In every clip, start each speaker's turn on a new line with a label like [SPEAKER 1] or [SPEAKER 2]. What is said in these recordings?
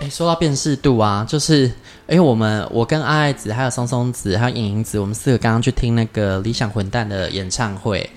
[SPEAKER 1] 哎、说到辨识度啊，就是因为我们我跟阿爱子、还有松松子、还有莹莹子，我们四个刚刚去听那个理想混蛋的演唱会，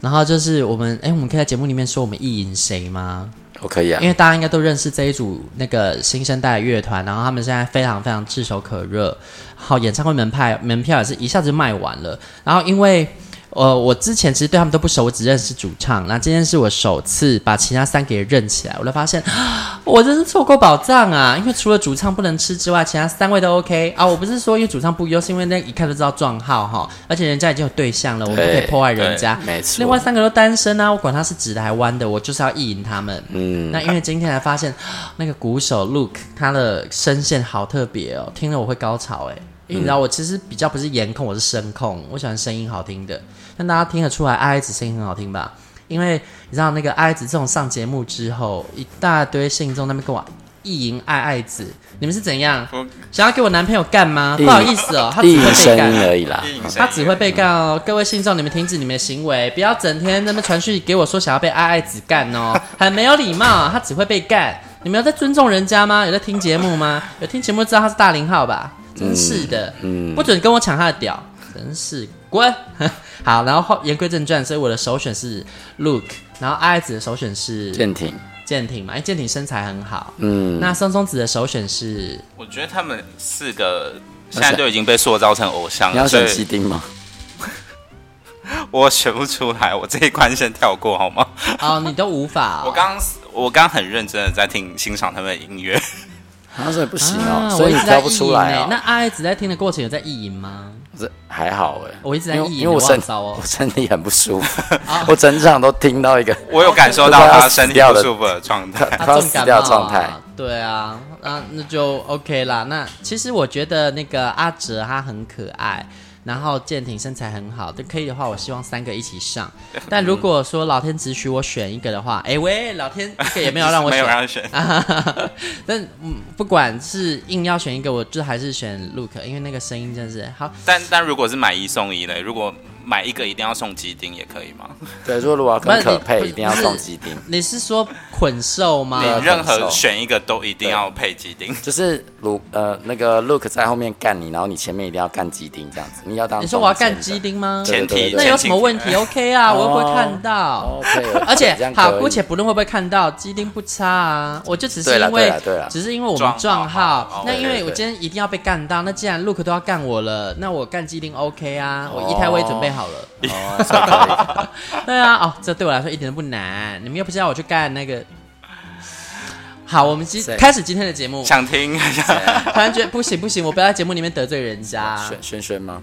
[SPEAKER 1] 然后就是我们哎、我们可以在节目里面说我们意淫谁吗？
[SPEAKER 2] 我可以啊
[SPEAKER 1] 因，为大家应该都认识这一组那个新生代乐团，然后他们现在非常非常炙手可热，好，演唱会门派门票也是一下子卖完了。然后因为呃，我之前其实对他们都不熟，我只认识主唱。那今天是我首次把其他三个也认起来，我就发现啊我真是错过宝藏啊！因为除了主唱不能吃之外，其他三位都 OK 啊。我不是说因为主唱不优，是因为那一看就知道撞号哈，而且人家已经有对象了，我们不可以
[SPEAKER 2] 对
[SPEAKER 1] 破坏人家。
[SPEAKER 2] 对没错
[SPEAKER 1] 另外三个都单身啊，我管他是直的还弯的，我就是要意淫他们。
[SPEAKER 2] 嗯，
[SPEAKER 1] 那因为今天才发现，那个鼓手 Luke 他的声线好特别哦，听了我会高潮哎。因为你知道我其实比较不是颜控，我是声控，我喜欢声音好听的。但大家听得出来，爱子声音很好听吧？因为你知道那个爱子这种上节目之后，一大堆信众那边跟我意淫爱爱子，你们是怎样？想要给我男朋友干吗？不好意思哦，他只
[SPEAKER 2] 一
[SPEAKER 1] 会被
[SPEAKER 2] 声
[SPEAKER 1] 干。
[SPEAKER 2] 音而已啦，
[SPEAKER 1] 他只会被干哦。各位信众，你们停止你们的行为，不要整天那么传讯给我说想要被爱爱子干哦，很没有礼貌。他只会被干，你们有在尊重人家吗？有在听节目吗？有听节目知道他是大零号吧？真是的，
[SPEAKER 2] 嗯
[SPEAKER 1] 不准跟我抢他的屌，真是滚！ 好，然后后言归正传，所以我的首选是 Luke，然后爱爱子的首选是
[SPEAKER 2] 舰艇，
[SPEAKER 1] 舰艇嘛，因为舰艇身材很好。
[SPEAKER 2] 嗯，
[SPEAKER 1] 那松松子的首选是
[SPEAKER 3] 我觉得他们四个现在都已经被塑造成偶
[SPEAKER 1] 啊
[SPEAKER 3] 像
[SPEAKER 2] 你要
[SPEAKER 3] 了，所
[SPEAKER 2] 选西
[SPEAKER 3] 以
[SPEAKER 2] 丁吗？
[SPEAKER 3] 我选不出来，我这一关先跳过 好吗？
[SPEAKER 1] 哦，你都无法、哦。
[SPEAKER 3] 我刚我刚很认真的在听欣赏他们的 音乐，
[SPEAKER 2] 啊，所以不行
[SPEAKER 1] 啊
[SPEAKER 2] 哦，所以
[SPEAKER 1] 我一
[SPEAKER 2] 你
[SPEAKER 1] 直在
[SPEAKER 2] 挑不出来
[SPEAKER 1] 意淫欸
[SPEAKER 2] 哦
[SPEAKER 1] 那。阿爱子在听的过程有在意淫吗？
[SPEAKER 2] 这还好哎，
[SPEAKER 1] 我一直在
[SPEAKER 2] 因为
[SPEAKER 1] 意淫
[SPEAKER 2] 因为我
[SPEAKER 1] 我
[SPEAKER 2] 身
[SPEAKER 1] 好糟哦啊
[SPEAKER 2] 我身体很不 舒服，我整场都听到一个
[SPEAKER 3] 我有感受到他身体不舒服的状态。
[SPEAKER 1] 他
[SPEAKER 2] 快要
[SPEAKER 1] 重
[SPEAKER 2] 死
[SPEAKER 1] 感冒
[SPEAKER 2] 掉
[SPEAKER 1] 啊
[SPEAKER 2] 的状态。
[SPEAKER 1] 对啊，那那就 OK 啦。那其实我觉得那个阿哲他很可爱。然后舰艇身材很好，但可以的话，我希望三个一起 上。但如果说老天只许我选一个的话，哎喂，老天一个也没有让我
[SPEAKER 3] 没
[SPEAKER 1] 选
[SPEAKER 3] 有，让他选，
[SPEAKER 1] 啊， 但嗯，不管是硬要选一个，我就还是选 Look，因为那个声音真是好。
[SPEAKER 3] 但但如果是买一送一呢？如果买一个一定要送鸡丁也可以吗？
[SPEAKER 2] 对，如果卢瓦
[SPEAKER 1] 不是
[SPEAKER 2] 跟可
[SPEAKER 1] 你不
[SPEAKER 2] 配
[SPEAKER 1] 是
[SPEAKER 2] 一定要
[SPEAKER 1] 不是
[SPEAKER 2] 送鸡丁，
[SPEAKER 1] 你是说捆兽吗？
[SPEAKER 2] 对啊
[SPEAKER 3] 你任何选一个都一定要配鸡丁。
[SPEAKER 2] 就是卢呃那个 Look 在后面干你，然后你前面一定要干鸡丁这样子，你要当
[SPEAKER 1] 你说我要
[SPEAKER 2] 中间
[SPEAKER 1] 干
[SPEAKER 2] 的
[SPEAKER 1] 鸡丁吗？
[SPEAKER 2] 对
[SPEAKER 3] 前提
[SPEAKER 2] 对对
[SPEAKER 1] 那有什么问题？OK 啊，我又不会
[SPEAKER 3] 哦
[SPEAKER 1] 看到。
[SPEAKER 2] ，OK，
[SPEAKER 1] 而且
[SPEAKER 2] 这样可以
[SPEAKER 1] 好，姑且不论会不会看到，鸡丁不差啊。我就只是
[SPEAKER 2] 对啦
[SPEAKER 1] 因为
[SPEAKER 2] 对啦对啦，
[SPEAKER 1] 只是因为我们撞
[SPEAKER 3] 撞
[SPEAKER 1] 号
[SPEAKER 3] 号。
[SPEAKER 1] 那
[SPEAKER 3] 哦
[SPEAKER 1] 因为我
[SPEAKER 2] 对对
[SPEAKER 1] 今天一定要被干到，那既然 Look 都要干我了，那我干鸡丁 OK 啊，我一胎我也准备好了。
[SPEAKER 2] 哦 所以可
[SPEAKER 1] 对啊，哦，这对我来说一点都不难。你们又不是要我去干那 个。好，我们今
[SPEAKER 2] 谁
[SPEAKER 1] 开始今天的节目。
[SPEAKER 3] 想听，
[SPEAKER 1] 突然觉得不行不行，我不要在节目里面得罪人家。
[SPEAKER 2] 以轩轩轩吗？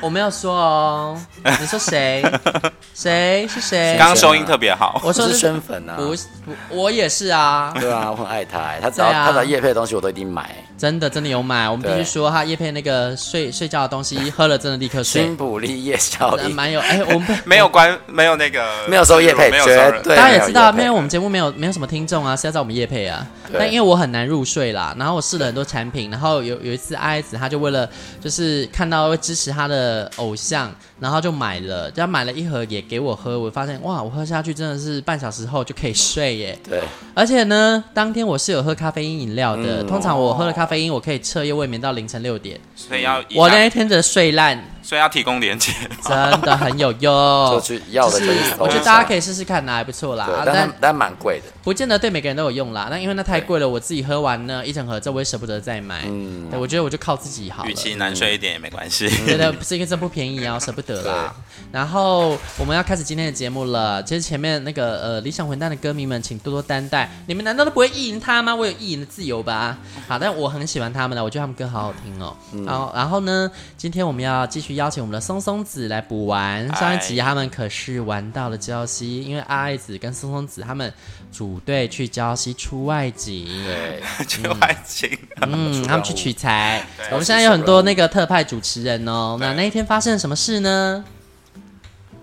[SPEAKER 1] 我没有说哦，你说谁？ 谁是谁？
[SPEAKER 3] 刚刚收音特别好，
[SPEAKER 1] 我说
[SPEAKER 2] 我
[SPEAKER 1] 的
[SPEAKER 2] 是
[SPEAKER 1] 是
[SPEAKER 2] 轩粉啊，
[SPEAKER 1] 不是，不我也是啊，
[SPEAKER 2] 对啊，我很爱他欸，他只要
[SPEAKER 1] 对啊
[SPEAKER 2] 他只要叶配的东西我都一定买。欸
[SPEAKER 1] 真的真的有买，我们必须
[SPEAKER 2] 对
[SPEAKER 1] 说他叶配那个睡睡觉的东西，喝了真的立刻
[SPEAKER 2] 新
[SPEAKER 1] 睡，
[SPEAKER 2] 普利夜效
[SPEAKER 1] 呃
[SPEAKER 2] 应，
[SPEAKER 1] 蛮有哎，我们
[SPEAKER 3] 没有关，没有那个，
[SPEAKER 2] 没有收业配
[SPEAKER 3] 没有
[SPEAKER 2] 绝
[SPEAKER 3] 收人
[SPEAKER 2] 对
[SPEAKER 1] 大家也知道，因
[SPEAKER 2] 没有业配
[SPEAKER 1] 为我们节目没有没有什么听众啊，是要找我们叶配啊。
[SPEAKER 2] 对
[SPEAKER 1] 但因为我很难入睡啦，然后我试了很多产品，然后有有一次阿子他就为了就是看到会支持他的偶像，然后就买了，就买了一盒也给我喝，我发现哇，我喝下去真的是半小时后就可以睡耶。
[SPEAKER 2] 对，
[SPEAKER 1] 而且呢，当天我是有喝咖啡因饮料
[SPEAKER 2] 嗯
[SPEAKER 1] 的。通常我喝了咖啡因，我可以彻夜未眠到凌晨六点。
[SPEAKER 3] 所以要以
[SPEAKER 1] 我
[SPEAKER 3] 上
[SPEAKER 1] 那一天真的睡烂，
[SPEAKER 3] 所以要提供连接。
[SPEAKER 1] 真的很有用。
[SPEAKER 2] 就去要的
[SPEAKER 1] 哦就
[SPEAKER 2] 就是是
[SPEAKER 1] 我觉得大家可
[SPEAKER 2] 以，
[SPEAKER 1] 以试试看啦，还不错啦
[SPEAKER 2] 对，。但
[SPEAKER 1] 但
[SPEAKER 2] 他但蛮贵的，
[SPEAKER 1] 不见得对每个人都有用啦。那因为那太
[SPEAKER 3] 对
[SPEAKER 1] 贵了，我自己喝完呢一整盒之后，我也舍不得再买。
[SPEAKER 2] 嗯
[SPEAKER 1] 对，我觉得我就靠自己好了。
[SPEAKER 3] 与其难睡一点也没关系。
[SPEAKER 1] 觉得这个真不便宜啊，我舍不得啦。然后我们要开始今天的节目了。其实前面那个呃理想混蛋的歌迷们，请多多担待。你们难道都不会意淫他吗？我有意淫的自由吧。好，但我很喜欢他们的，我觉得他们歌好好听哦。然后然后呢，今天我们要继续邀请我们的松松子来补完
[SPEAKER 3] 嗨
[SPEAKER 1] 上一集，他们可是玩到了礁溪，因为阿爱子跟松松子他们组队去礁溪出外景。
[SPEAKER 2] 对，
[SPEAKER 3] 去外景，
[SPEAKER 1] 嗯，他们去取材。
[SPEAKER 3] 对
[SPEAKER 1] 我们现在有很多那个特派主持人哦。那那一天发生了什么事呢？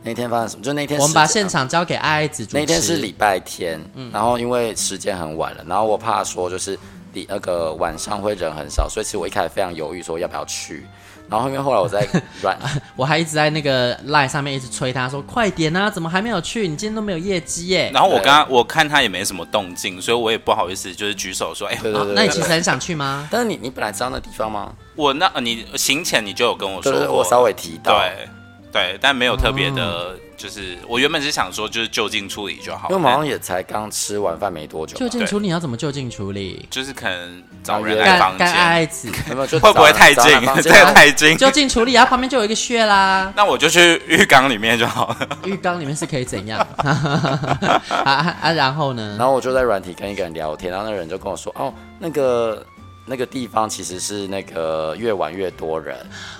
[SPEAKER 2] 那天发生什么？就那天
[SPEAKER 1] 我们把
[SPEAKER 2] 时间
[SPEAKER 1] 现场交给爱子主持。
[SPEAKER 2] 那天是礼拜天，
[SPEAKER 1] 嗯
[SPEAKER 2] 然后因为时间很晚了，然后我怕说就是第那个晚上会人很少，所以其实我一开始非常犹豫说要不要去，然后因为后来我在 软
[SPEAKER 1] 我还一直在那个 line 上面一直催他说：“快点啊，怎么还没有去？你今天都没有业绩耶。
[SPEAKER 3] 然后我刚刚我看他也没什么动静，所以我也不好意思，就是举手说，哎、
[SPEAKER 2] 对对
[SPEAKER 1] 哦
[SPEAKER 2] 对”
[SPEAKER 1] 那
[SPEAKER 2] 对
[SPEAKER 1] 你其实很想去 吗？
[SPEAKER 2] 但是你你本来知道那地方吗？
[SPEAKER 3] 我那呃你行前你就有跟我
[SPEAKER 2] 对
[SPEAKER 3] 说
[SPEAKER 2] 对，对
[SPEAKER 3] 过，
[SPEAKER 2] 我稍微提到，
[SPEAKER 3] 对对，但没有特别的，就是我原本是想说就是就近处理就好，
[SPEAKER 2] 因为我们好
[SPEAKER 3] 但
[SPEAKER 2] 像也才刚吃完饭没多久
[SPEAKER 1] 就
[SPEAKER 2] 嘛，
[SPEAKER 1] 近处理要怎么就近处理？
[SPEAKER 3] 就是可能找
[SPEAKER 2] 对
[SPEAKER 3] 人来
[SPEAKER 1] 干
[SPEAKER 3] 房
[SPEAKER 1] 干
[SPEAKER 3] 间，
[SPEAKER 1] 爱子，
[SPEAKER 2] 有没有就
[SPEAKER 3] 会不会
[SPEAKER 2] 找
[SPEAKER 3] 太
[SPEAKER 2] 哎找
[SPEAKER 3] 近
[SPEAKER 2] 那？ 房
[SPEAKER 3] 这
[SPEAKER 2] 间
[SPEAKER 3] 个太近，
[SPEAKER 1] 就近处理啊，旁边就有一个穴啦，
[SPEAKER 3] 那我就去浴缸里面就好了。
[SPEAKER 1] 浴缸里面是可以怎样？ 啊啊啊！然后呢？
[SPEAKER 2] 然后我就在软体跟一个人聊天，然后那个人就跟我说，哦，那个那个地方其实是那个越玩越多人，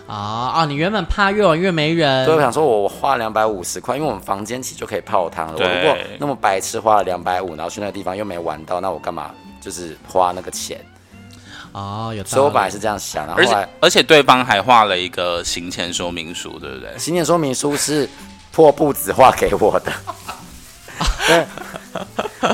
[SPEAKER 1] 哦哦，你原本怕越玩越没人
[SPEAKER 2] 所以，我想说，我花两百五十块，因为我们房间其实就可以泡汤了。我
[SPEAKER 3] 对
[SPEAKER 2] 如果那么白痴花了两百五，然后去那个地方又没玩到，那我干嘛就是花那个钱？
[SPEAKER 1] 哦，有道理。
[SPEAKER 2] 所以我本来是这样想，然后
[SPEAKER 3] 而
[SPEAKER 2] 后来
[SPEAKER 3] 且而且对方还画了一个行前说明书，对不对？
[SPEAKER 2] 行前说明书是破布子画给我的，对，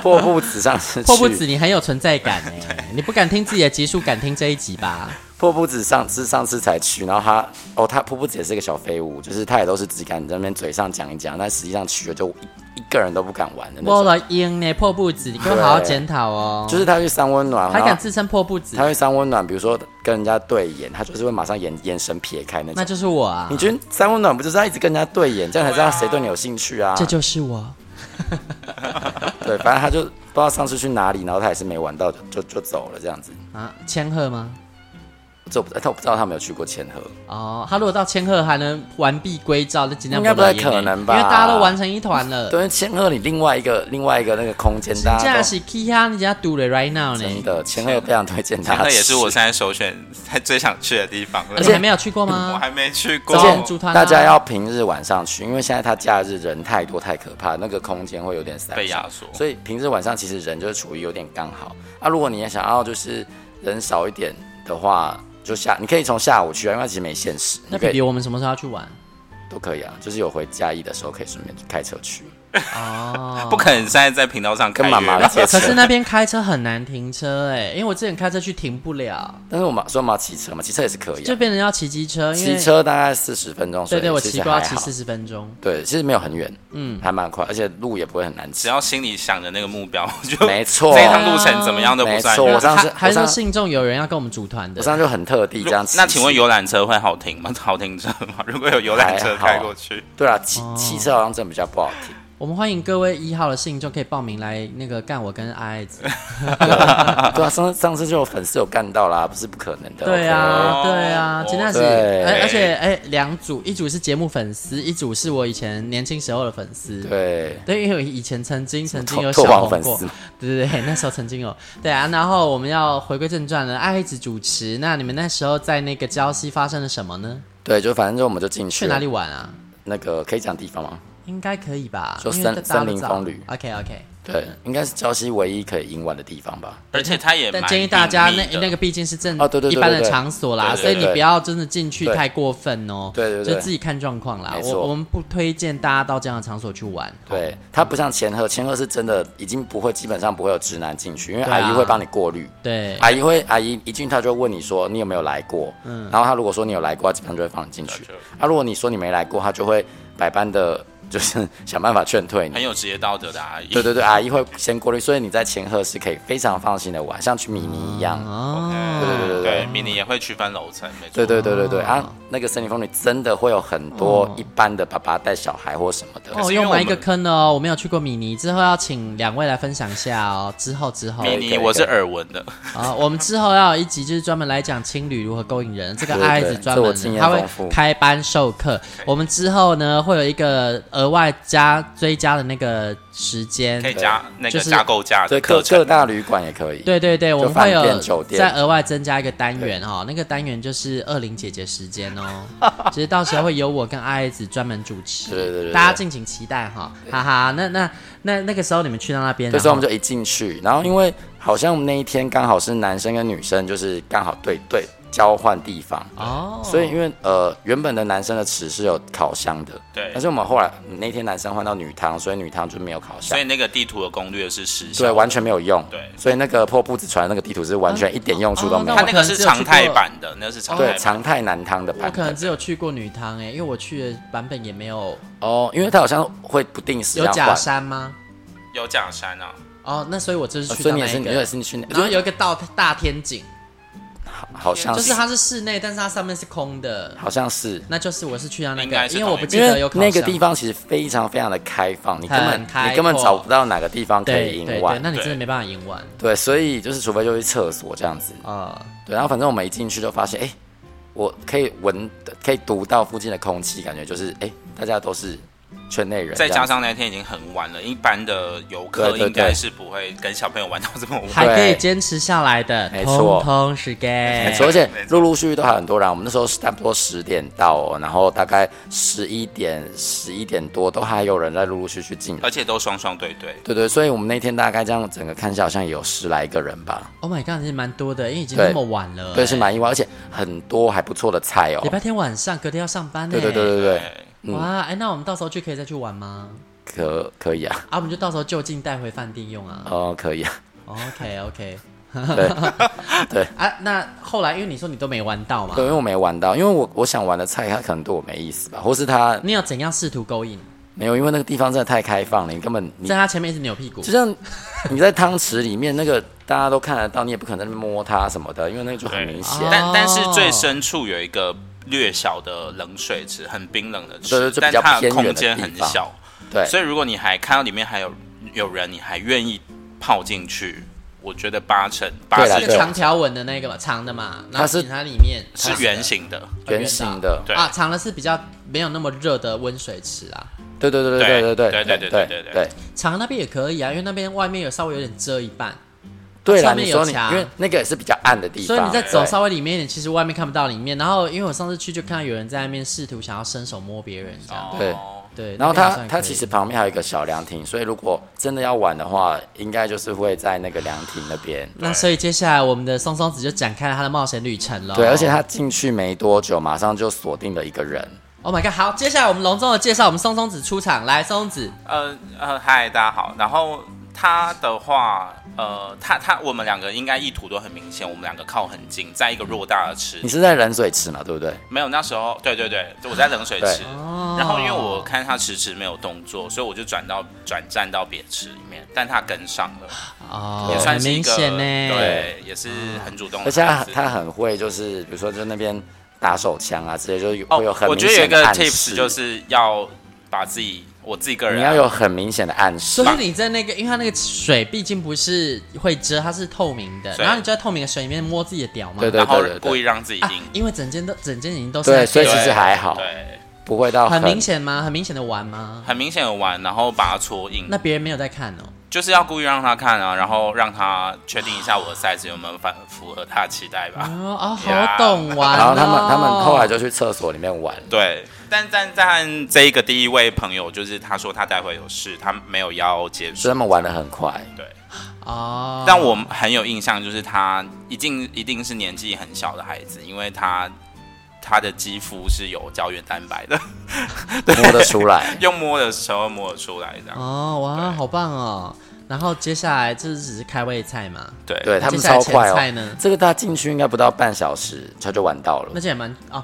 [SPEAKER 2] 破布子上次 去
[SPEAKER 1] 破布子，你很有存在感 哎，你不敢听自己的集数，敢听这一集吧？
[SPEAKER 2] 破布子上是上次才去，然后他哦，他破布子也是个小废物，就是他也都是只敢在那边嘴上讲一讲，但实际上去了就一一个人都不敢玩的那
[SPEAKER 1] 摸
[SPEAKER 2] 种。
[SPEAKER 1] 了音呢，欸破布子，你给我好好检讨哦。
[SPEAKER 2] 就是他去三温暖，
[SPEAKER 1] 还
[SPEAKER 2] 然后
[SPEAKER 1] 敢自称破布子
[SPEAKER 2] 他，会三温暖，比如说跟人家对眼，他就是会马上眼眼神撇开那种。
[SPEAKER 1] 那就是我啊
[SPEAKER 2] 你，觉得三温暖不就是要一直跟人家对眼，这样才知道谁对你有兴趣啊？
[SPEAKER 1] 这 就是我。
[SPEAKER 2] 对，反正他就不知道上次去哪里，然后他也是没玩到，就就就走了这样子。
[SPEAKER 1] 啊，千鹤吗？
[SPEAKER 2] 这我不，但我不知道他有没有去过千和，
[SPEAKER 1] 哦，他如果到千鹤还能完璧归赵，那尽量
[SPEAKER 2] 应该不
[SPEAKER 1] 要
[SPEAKER 2] 太
[SPEAKER 1] 演
[SPEAKER 2] 可能吧
[SPEAKER 1] 欸因为大家都玩成一团了。
[SPEAKER 2] 对，因为千和你另外一个另外一个那个空间，大
[SPEAKER 1] 这
[SPEAKER 2] 家
[SPEAKER 1] 样
[SPEAKER 2] 都
[SPEAKER 1] 是 K 哈，你家堵了 right now
[SPEAKER 2] 真
[SPEAKER 1] 呢？
[SPEAKER 2] 的千鹤非常推荐他去，
[SPEAKER 3] 那也是我现在首选在最想去的地方了。
[SPEAKER 1] 而且还没有去过
[SPEAKER 3] 我
[SPEAKER 1] 吗？
[SPEAKER 3] 还没去过
[SPEAKER 1] 找我们
[SPEAKER 2] 而
[SPEAKER 1] 组
[SPEAKER 2] 且
[SPEAKER 1] 团啊
[SPEAKER 2] 大家要平日晚上去，因为现在他假日人太多太可怕，那个空间会有点塞
[SPEAKER 3] 被
[SPEAKER 2] 不上
[SPEAKER 3] 压缩，
[SPEAKER 2] 所以平日晚上其实人就是处于有点刚好。啊，如果你也想要就是人少一点的话，就下你可以从下午去啊，因为它其实没限时，
[SPEAKER 1] 那
[SPEAKER 2] 你可
[SPEAKER 1] 比比
[SPEAKER 2] 以
[SPEAKER 1] 我们什么时候要去 玩？
[SPEAKER 2] 都可以啊，就是有回嘉义的时候可以顺便开车去，
[SPEAKER 1] 哦，
[SPEAKER 3] 不可能现在在频道上
[SPEAKER 2] 跟
[SPEAKER 3] 开
[SPEAKER 2] 妈
[SPEAKER 3] 约
[SPEAKER 2] 妈
[SPEAKER 3] 了
[SPEAKER 2] 借车
[SPEAKER 1] 可。是那边开车很难停车哎，因为我之前开车去停不 了，
[SPEAKER 2] 但是我们说我们要骑车嘛，骑车也是可以、
[SPEAKER 1] 就
[SPEAKER 2] 啊，
[SPEAKER 1] 变成要骑机车，因为
[SPEAKER 2] 骑车大概四十分钟，
[SPEAKER 1] 对对，我
[SPEAKER 2] 所
[SPEAKER 1] 骑
[SPEAKER 2] 以其实
[SPEAKER 1] 过要
[SPEAKER 2] 还
[SPEAKER 1] 骑
[SPEAKER 2] 好
[SPEAKER 1] 四十分钟。
[SPEAKER 2] 对，其实没有很远，嗯，还蛮快，而且路也不会很难
[SPEAKER 3] 只
[SPEAKER 2] 骑。
[SPEAKER 3] 要心里想着那个目标，我就
[SPEAKER 2] 没错
[SPEAKER 3] 这一趟路程怎么样都不
[SPEAKER 2] 没
[SPEAKER 3] 算
[SPEAKER 2] 错，哦我
[SPEAKER 3] 远。
[SPEAKER 2] 上次
[SPEAKER 1] 还还
[SPEAKER 2] 我
[SPEAKER 1] 是说
[SPEAKER 2] 上
[SPEAKER 1] 信众有人要跟我们组团的
[SPEAKER 2] 我？上次就很特地这样骑。
[SPEAKER 3] 那请问游览车会好停吗？好停车吗？如果有游览车开过去，
[SPEAKER 2] 对啊，
[SPEAKER 1] 哦
[SPEAKER 2] 骑骑车好像真的比较不好 停。
[SPEAKER 1] 我们欢迎各位一号的信众可以报名来那个干我跟爱 子。
[SPEAKER 2] 对啊，上次上次就有粉丝有干到啦，不是不可能的。
[SPEAKER 1] 对
[SPEAKER 2] OK
[SPEAKER 1] 啊，
[SPEAKER 3] OK
[SPEAKER 1] 对啊，
[SPEAKER 3] 哦
[SPEAKER 1] 真的是，
[SPEAKER 2] 对
[SPEAKER 1] 而而且哎，两组，一组是节目粉丝，一组是我以前年轻时候的粉丝。。
[SPEAKER 2] 对，
[SPEAKER 1] 对，因为我以前曾经曾经
[SPEAKER 2] 拓
[SPEAKER 1] 有小
[SPEAKER 2] 拓网
[SPEAKER 1] 红
[SPEAKER 2] 粉
[SPEAKER 1] 过
[SPEAKER 2] 丝，
[SPEAKER 1] 对对对，那时候曾经有，对啊，然后我们要回归正传了，爱子主持，那你们那时候在那个礁溪发生了什么呢？
[SPEAKER 2] 对，就反正就我们就进去
[SPEAKER 1] 去
[SPEAKER 2] 了
[SPEAKER 1] 哪里？玩啊？
[SPEAKER 2] 那个可以讲地方吗？
[SPEAKER 1] 应该可以吧？
[SPEAKER 2] 就
[SPEAKER 1] 因为
[SPEAKER 2] 森
[SPEAKER 1] 大家都
[SPEAKER 2] 森林
[SPEAKER 1] 知道
[SPEAKER 2] 风旅
[SPEAKER 1] OK OK，
[SPEAKER 2] 对，应该是礁溪唯一可以赢玩的地方吧。
[SPEAKER 3] 而且他也
[SPEAKER 1] 但
[SPEAKER 3] 蛮
[SPEAKER 1] 建议大家
[SPEAKER 3] 隐
[SPEAKER 1] 那
[SPEAKER 3] 秘的
[SPEAKER 1] 那个毕竟是正
[SPEAKER 2] 哦对对对
[SPEAKER 1] 一般的
[SPEAKER 2] 对对
[SPEAKER 1] 场所啦，
[SPEAKER 3] 对对
[SPEAKER 1] 所以你
[SPEAKER 2] 对
[SPEAKER 1] 不要真的进去
[SPEAKER 2] 对
[SPEAKER 1] 太过分哦。
[SPEAKER 2] 对对对
[SPEAKER 1] 就自己看状况啦。
[SPEAKER 2] 没错
[SPEAKER 1] 我我们不推荐大家到这样的场所去玩。
[SPEAKER 2] 对，它不像千鹤，千鹤是真的已经不会，基本上不会有直男进去，因为
[SPEAKER 1] 对啊
[SPEAKER 2] 阿姨会帮你过滤。
[SPEAKER 1] 对，
[SPEAKER 2] 阿姨会，阿姨一进去她就会问你说你有没有来过，
[SPEAKER 1] 嗯
[SPEAKER 2] 然后她如果说你有来过，她基本上就会放你进去。啊，如果你说你没来过，她就会百般的就是 想办法劝退
[SPEAKER 3] 很
[SPEAKER 2] 你。
[SPEAKER 3] 有职业道德的阿姨。
[SPEAKER 2] 对对对，阿姨会先过滤，所以你在前贺是可以非常放心的玩，像去迷你一样。
[SPEAKER 1] 啊
[SPEAKER 3] 嗯，
[SPEAKER 2] 对对对对对
[SPEAKER 3] 对，迷你也会区分楼层，没错。
[SPEAKER 2] 对对对对对啊，那个森林风里真的会有很多
[SPEAKER 1] 哦
[SPEAKER 2] 一般的爸爸带小孩或什么的。
[SPEAKER 3] 是
[SPEAKER 1] 哦，
[SPEAKER 3] 因为
[SPEAKER 1] 又
[SPEAKER 3] 我们
[SPEAKER 1] 埋一个坑了哦！我没有去过米尼，之后要请两位来分享一下哦。之后之后，
[SPEAKER 3] 迷
[SPEAKER 2] 可以
[SPEAKER 3] 你我是耳闻的，
[SPEAKER 1] 啊，我们之后要有一集就是专门来讲青旅如何勾引人，这个
[SPEAKER 2] 对对
[SPEAKER 1] 爱子专门
[SPEAKER 2] 这我经验
[SPEAKER 1] 他会
[SPEAKER 2] 丰富
[SPEAKER 1] 开班授课。我们之后呢会有一个额外加追加的那个时间
[SPEAKER 3] 可，以加那
[SPEAKER 1] 就
[SPEAKER 3] 个
[SPEAKER 1] 是
[SPEAKER 3] 加购价
[SPEAKER 2] 对
[SPEAKER 3] 的
[SPEAKER 2] 各
[SPEAKER 3] 课
[SPEAKER 2] 各
[SPEAKER 3] 程。
[SPEAKER 2] 大旅馆也可以。
[SPEAKER 1] 对对对，我们
[SPEAKER 2] 饭
[SPEAKER 1] 会
[SPEAKER 2] 店
[SPEAKER 1] 有
[SPEAKER 2] 酒店
[SPEAKER 1] 再额外增加一个单元哈、哦，那个单元就是二零姐姐时间哦， 其实到时候会由我跟爱子专门主持，
[SPEAKER 2] 对对对对
[SPEAKER 1] 大家敬请期待哈、哈哈。那那那那个时候你们去到那边，
[SPEAKER 2] 这时候
[SPEAKER 1] 然
[SPEAKER 2] 我们
[SPEAKER 1] 后
[SPEAKER 2] 就一进去，然后因为好像我们那一天刚好是男生跟女生，就是刚好对对交换地方，
[SPEAKER 1] 哦，
[SPEAKER 2] 所以因为呃原本的男生的池是有烤箱的，
[SPEAKER 3] 对
[SPEAKER 2] 但是我们后来嗯那天男生换到女汤，所以女汤就没有烤箱
[SPEAKER 3] 所以，那个地图的攻略是时效
[SPEAKER 2] 对，
[SPEAKER 3] 的，
[SPEAKER 2] 完全没有用，
[SPEAKER 3] 对
[SPEAKER 2] 所以那个破布子船那个地图是完全一点用处都没
[SPEAKER 1] 哦
[SPEAKER 2] 有，
[SPEAKER 3] 它那个是常态版的，那是常态
[SPEAKER 2] 对
[SPEAKER 3] 版。
[SPEAKER 2] 常态男汤的
[SPEAKER 1] 我
[SPEAKER 2] 版
[SPEAKER 1] 可能
[SPEAKER 2] 本
[SPEAKER 1] 只有去过女汤哎、因为我去的版本也没有
[SPEAKER 2] 哦，因为它好像会不定时
[SPEAKER 1] 有
[SPEAKER 2] 要
[SPEAKER 1] 假
[SPEAKER 2] 换，
[SPEAKER 1] 山吗？
[SPEAKER 3] 有假山啊，
[SPEAKER 1] 哦，那所以我就是
[SPEAKER 2] 呃
[SPEAKER 1] 去
[SPEAKER 2] 所
[SPEAKER 1] 到
[SPEAKER 2] 以你
[SPEAKER 1] 那
[SPEAKER 2] 也是
[SPEAKER 1] 一
[SPEAKER 2] 你
[SPEAKER 1] 个
[SPEAKER 2] 也，是去那，
[SPEAKER 1] 然后
[SPEAKER 2] 就是
[SPEAKER 1] 有一个大大天井，
[SPEAKER 2] 好像
[SPEAKER 1] 就是是它是室内，但是它上面是空的，
[SPEAKER 2] 好像是。
[SPEAKER 1] 那就是我是去到那
[SPEAKER 3] 应
[SPEAKER 1] 个，
[SPEAKER 3] 该是
[SPEAKER 1] 因为我不记
[SPEAKER 2] 因
[SPEAKER 1] 得
[SPEAKER 2] 为
[SPEAKER 1] 有烤
[SPEAKER 2] 那个
[SPEAKER 1] 箱
[SPEAKER 2] 地方其实非常非常的开放，你根本
[SPEAKER 1] 很开
[SPEAKER 2] 你根本
[SPEAKER 1] 阔
[SPEAKER 2] 找不到哪个地方可以
[SPEAKER 1] 对
[SPEAKER 2] 赢
[SPEAKER 1] 对
[SPEAKER 2] 完
[SPEAKER 1] 对，。那你真的
[SPEAKER 3] 对
[SPEAKER 1] 没办法赢完
[SPEAKER 2] 对，所以就是除非就去厕所这样子。
[SPEAKER 1] 啊。
[SPEAKER 2] 对，然后反正我们一进去就发现，哎、我可以闻，可以读到附近的空气，感觉就是哎、大家都是圈内人这
[SPEAKER 3] 再
[SPEAKER 2] 样子。
[SPEAKER 3] 加上那天已经很晚了，一般的游
[SPEAKER 2] 对
[SPEAKER 3] 客
[SPEAKER 2] 对对
[SPEAKER 3] 应该是不会跟小朋友玩到这么晚。
[SPEAKER 1] 还可以坚持下来的，
[SPEAKER 2] 没错
[SPEAKER 1] 通通是
[SPEAKER 2] 没
[SPEAKER 1] gay。
[SPEAKER 2] 错，而且
[SPEAKER 3] 哎没错
[SPEAKER 2] 陆陆续续都还很多人。我们那时候是差不多十点到、哦，然后大概十一点、十一点多都还有人在陆陆续续进来。
[SPEAKER 3] 而且都双双对对，
[SPEAKER 2] 对对，所以我们那天大概这样整个看下，好像也有十来个人吧。
[SPEAKER 1] Oh my god，其实蛮多的，因为已经
[SPEAKER 2] 对
[SPEAKER 1] 那么晚了、
[SPEAKER 2] 对，是
[SPEAKER 1] 哎
[SPEAKER 2] 蛮意外，而且很多还不错的菜哦
[SPEAKER 1] 礼。拜天晚上，隔天要上班呢、欸
[SPEAKER 2] 对对对对对，嗯
[SPEAKER 1] 哇，哎、那我们到时候去可以再去玩吗？
[SPEAKER 2] 可可以啊，
[SPEAKER 1] 啊，我们就到时候就近带回饭店用啊。
[SPEAKER 2] 哦，可以 啊，
[SPEAKER 1] OK OK，
[SPEAKER 2] 对。
[SPEAKER 1] 啊，那后来因为你说你都没玩到嘛
[SPEAKER 2] 对，，因为我没玩到，因为我我想玩的菜，他可能对我没意思吧，或是他
[SPEAKER 1] 你有怎样试图勾引？
[SPEAKER 2] 没有，因为那个地方真的太开放了，你根本你
[SPEAKER 1] 在他前面一直扭屁股
[SPEAKER 2] 就，像你在汤池里面那个大家都看得到，你也不可能在那边摸它什么的，因为那个就很明显。
[SPEAKER 3] 但但是
[SPEAKER 1] 哦
[SPEAKER 3] 最深处有一个略小的冷水池，很冰冷的
[SPEAKER 2] 对对
[SPEAKER 3] 池，
[SPEAKER 2] 就比
[SPEAKER 3] 但
[SPEAKER 2] 较
[SPEAKER 3] 它
[SPEAKER 2] 偏
[SPEAKER 3] 的
[SPEAKER 2] 远的
[SPEAKER 3] 空间
[SPEAKER 2] 地
[SPEAKER 3] 很
[SPEAKER 2] 方
[SPEAKER 3] 小，
[SPEAKER 2] 对，
[SPEAKER 3] 所以如果你还看到里面还有有人，你还愿意泡进去，我觉得八成八
[SPEAKER 2] 对啦
[SPEAKER 1] 那
[SPEAKER 3] 十
[SPEAKER 1] 个
[SPEAKER 3] 九
[SPEAKER 2] 对
[SPEAKER 1] 长条纹的那个嘛，长的嘛，然
[SPEAKER 2] 它
[SPEAKER 1] 后
[SPEAKER 2] 是
[SPEAKER 1] 它里面
[SPEAKER 3] 是圆形的。
[SPEAKER 2] 圆形的，
[SPEAKER 3] 对
[SPEAKER 1] 啊，长的是比较没有那么热的温水池啊，
[SPEAKER 2] 对对对对对对
[SPEAKER 3] 对对
[SPEAKER 2] 对
[SPEAKER 3] 对
[SPEAKER 2] 对
[SPEAKER 3] 对对
[SPEAKER 2] 对
[SPEAKER 1] 长的那边也可以啊，因为那边外面有稍微有点遮一半，啊
[SPEAKER 2] 对啦，
[SPEAKER 1] 上面
[SPEAKER 2] 你说
[SPEAKER 1] 有
[SPEAKER 2] 你
[SPEAKER 1] 墙
[SPEAKER 2] 因为那个也是比较暗的地方，
[SPEAKER 1] 所以你在走
[SPEAKER 2] 对
[SPEAKER 1] 稍微里面一点，其实外面看不到里面。然后因为我上次去就看到有人在那边试图想要伸手摸别人这样，
[SPEAKER 2] 对
[SPEAKER 3] 哦
[SPEAKER 1] 对，
[SPEAKER 2] 然
[SPEAKER 1] 那
[SPEAKER 2] 后
[SPEAKER 1] 边好
[SPEAKER 2] 它
[SPEAKER 1] 像也
[SPEAKER 2] 它
[SPEAKER 1] 可以
[SPEAKER 2] 其实旁边还有一个小凉亭，所以如果真的要玩的话，应该就是会在那个凉亭那边。
[SPEAKER 1] 那所以接下来我们的松松子就展开了他的冒险旅程了。
[SPEAKER 2] 对，而且他进去没多久，马上就锁定了一个人。
[SPEAKER 1] Oh my god！好，接下来我们隆重的介绍我们松松子出场，来，松松子，
[SPEAKER 3] 呃呃，嗨，大家好。然后他的话，呃，他他我们两个应该意图都很明显，我们两个靠很近，在一个偌大的池
[SPEAKER 2] 你。是在冷水池嘛？对不对？
[SPEAKER 3] 没有，那时候对对对，我在冷水池
[SPEAKER 2] 对。
[SPEAKER 3] 然后因为我看他迟迟没有动作，所以我就转到转站到别池里面，但他跟上了，
[SPEAKER 1] 哦，
[SPEAKER 3] 也算
[SPEAKER 1] 很
[SPEAKER 3] 是一
[SPEAKER 1] 明
[SPEAKER 3] 个
[SPEAKER 1] 显呢，
[SPEAKER 3] 对，也是很主动的
[SPEAKER 2] 而且他
[SPEAKER 3] 孩子。
[SPEAKER 2] 他很会，就是比如说就那边打手枪啊之类，就是有
[SPEAKER 3] 哦
[SPEAKER 2] 会有很
[SPEAKER 3] 我
[SPEAKER 2] 明
[SPEAKER 3] 觉得有一
[SPEAKER 2] 显的
[SPEAKER 3] 个
[SPEAKER 2] 暗示。
[SPEAKER 3] tips 就是要把自己，我自己个人
[SPEAKER 2] 你
[SPEAKER 3] 啊
[SPEAKER 2] 要有很明显的暗示
[SPEAKER 1] 所。以你在那个，因为它那个水毕竟不是会遮，它是透明的，
[SPEAKER 3] 对
[SPEAKER 1] 然后你就在透明的水里面摸自己的屌嘛，
[SPEAKER 2] 对对
[SPEAKER 3] 然后
[SPEAKER 2] 对对
[SPEAKER 3] 故意让自己
[SPEAKER 1] 啊
[SPEAKER 3] 硬。，
[SPEAKER 1] 因为整间都整间已经都是
[SPEAKER 2] 对，
[SPEAKER 1] 在
[SPEAKER 2] 所以
[SPEAKER 3] 对
[SPEAKER 2] 其实还好，
[SPEAKER 3] 对，
[SPEAKER 2] 不会到
[SPEAKER 1] 很明。显吗？很明显的玩吗？
[SPEAKER 3] 很明显有玩，然后把它戳硬，
[SPEAKER 1] 那别人没有在看哦，
[SPEAKER 3] 就是要故意让他看啊，然后让他确定一下我的 size 有没有反符合他的期待吧。
[SPEAKER 2] 嗯
[SPEAKER 1] 哦哦，
[SPEAKER 3] 啊呀
[SPEAKER 1] 好懂玩、哦。
[SPEAKER 2] 然后他们他们后来就去厕所里面玩，
[SPEAKER 3] 对，但但但这一个第一位朋友，就是他说他待会有事，他没有要结
[SPEAKER 2] 所以
[SPEAKER 3] 束。
[SPEAKER 2] 他们玩的很 快。
[SPEAKER 3] 对，
[SPEAKER 1] 哦，
[SPEAKER 3] 但我很有印象，就是他一定一定是年纪很小的孩子，因为他他的肌肤是有胶原蛋白的，。
[SPEAKER 2] 摸得出来
[SPEAKER 3] 用摸的时候摸得出来这样。
[SPEAKER 1] 哦哇，好棒哦。然后接下来这只是开胃菜嘛，
[SPEAKER 3] 对
[SPEAKER 2] 对他们
[SPEAKER 1] 接下来
[SPEAKER 2] 超快
[SPEAKER 1] 前菜
[SPEAKER 2] 哦
[SPEAKER 1] 呢，
[SPEAKER 2] 这个他进去应该不到半小时，他就玩到
[SPEAKER 1] 那
[SPEAKER 2] 了。
[SPEAKER 1] 这也蛮哦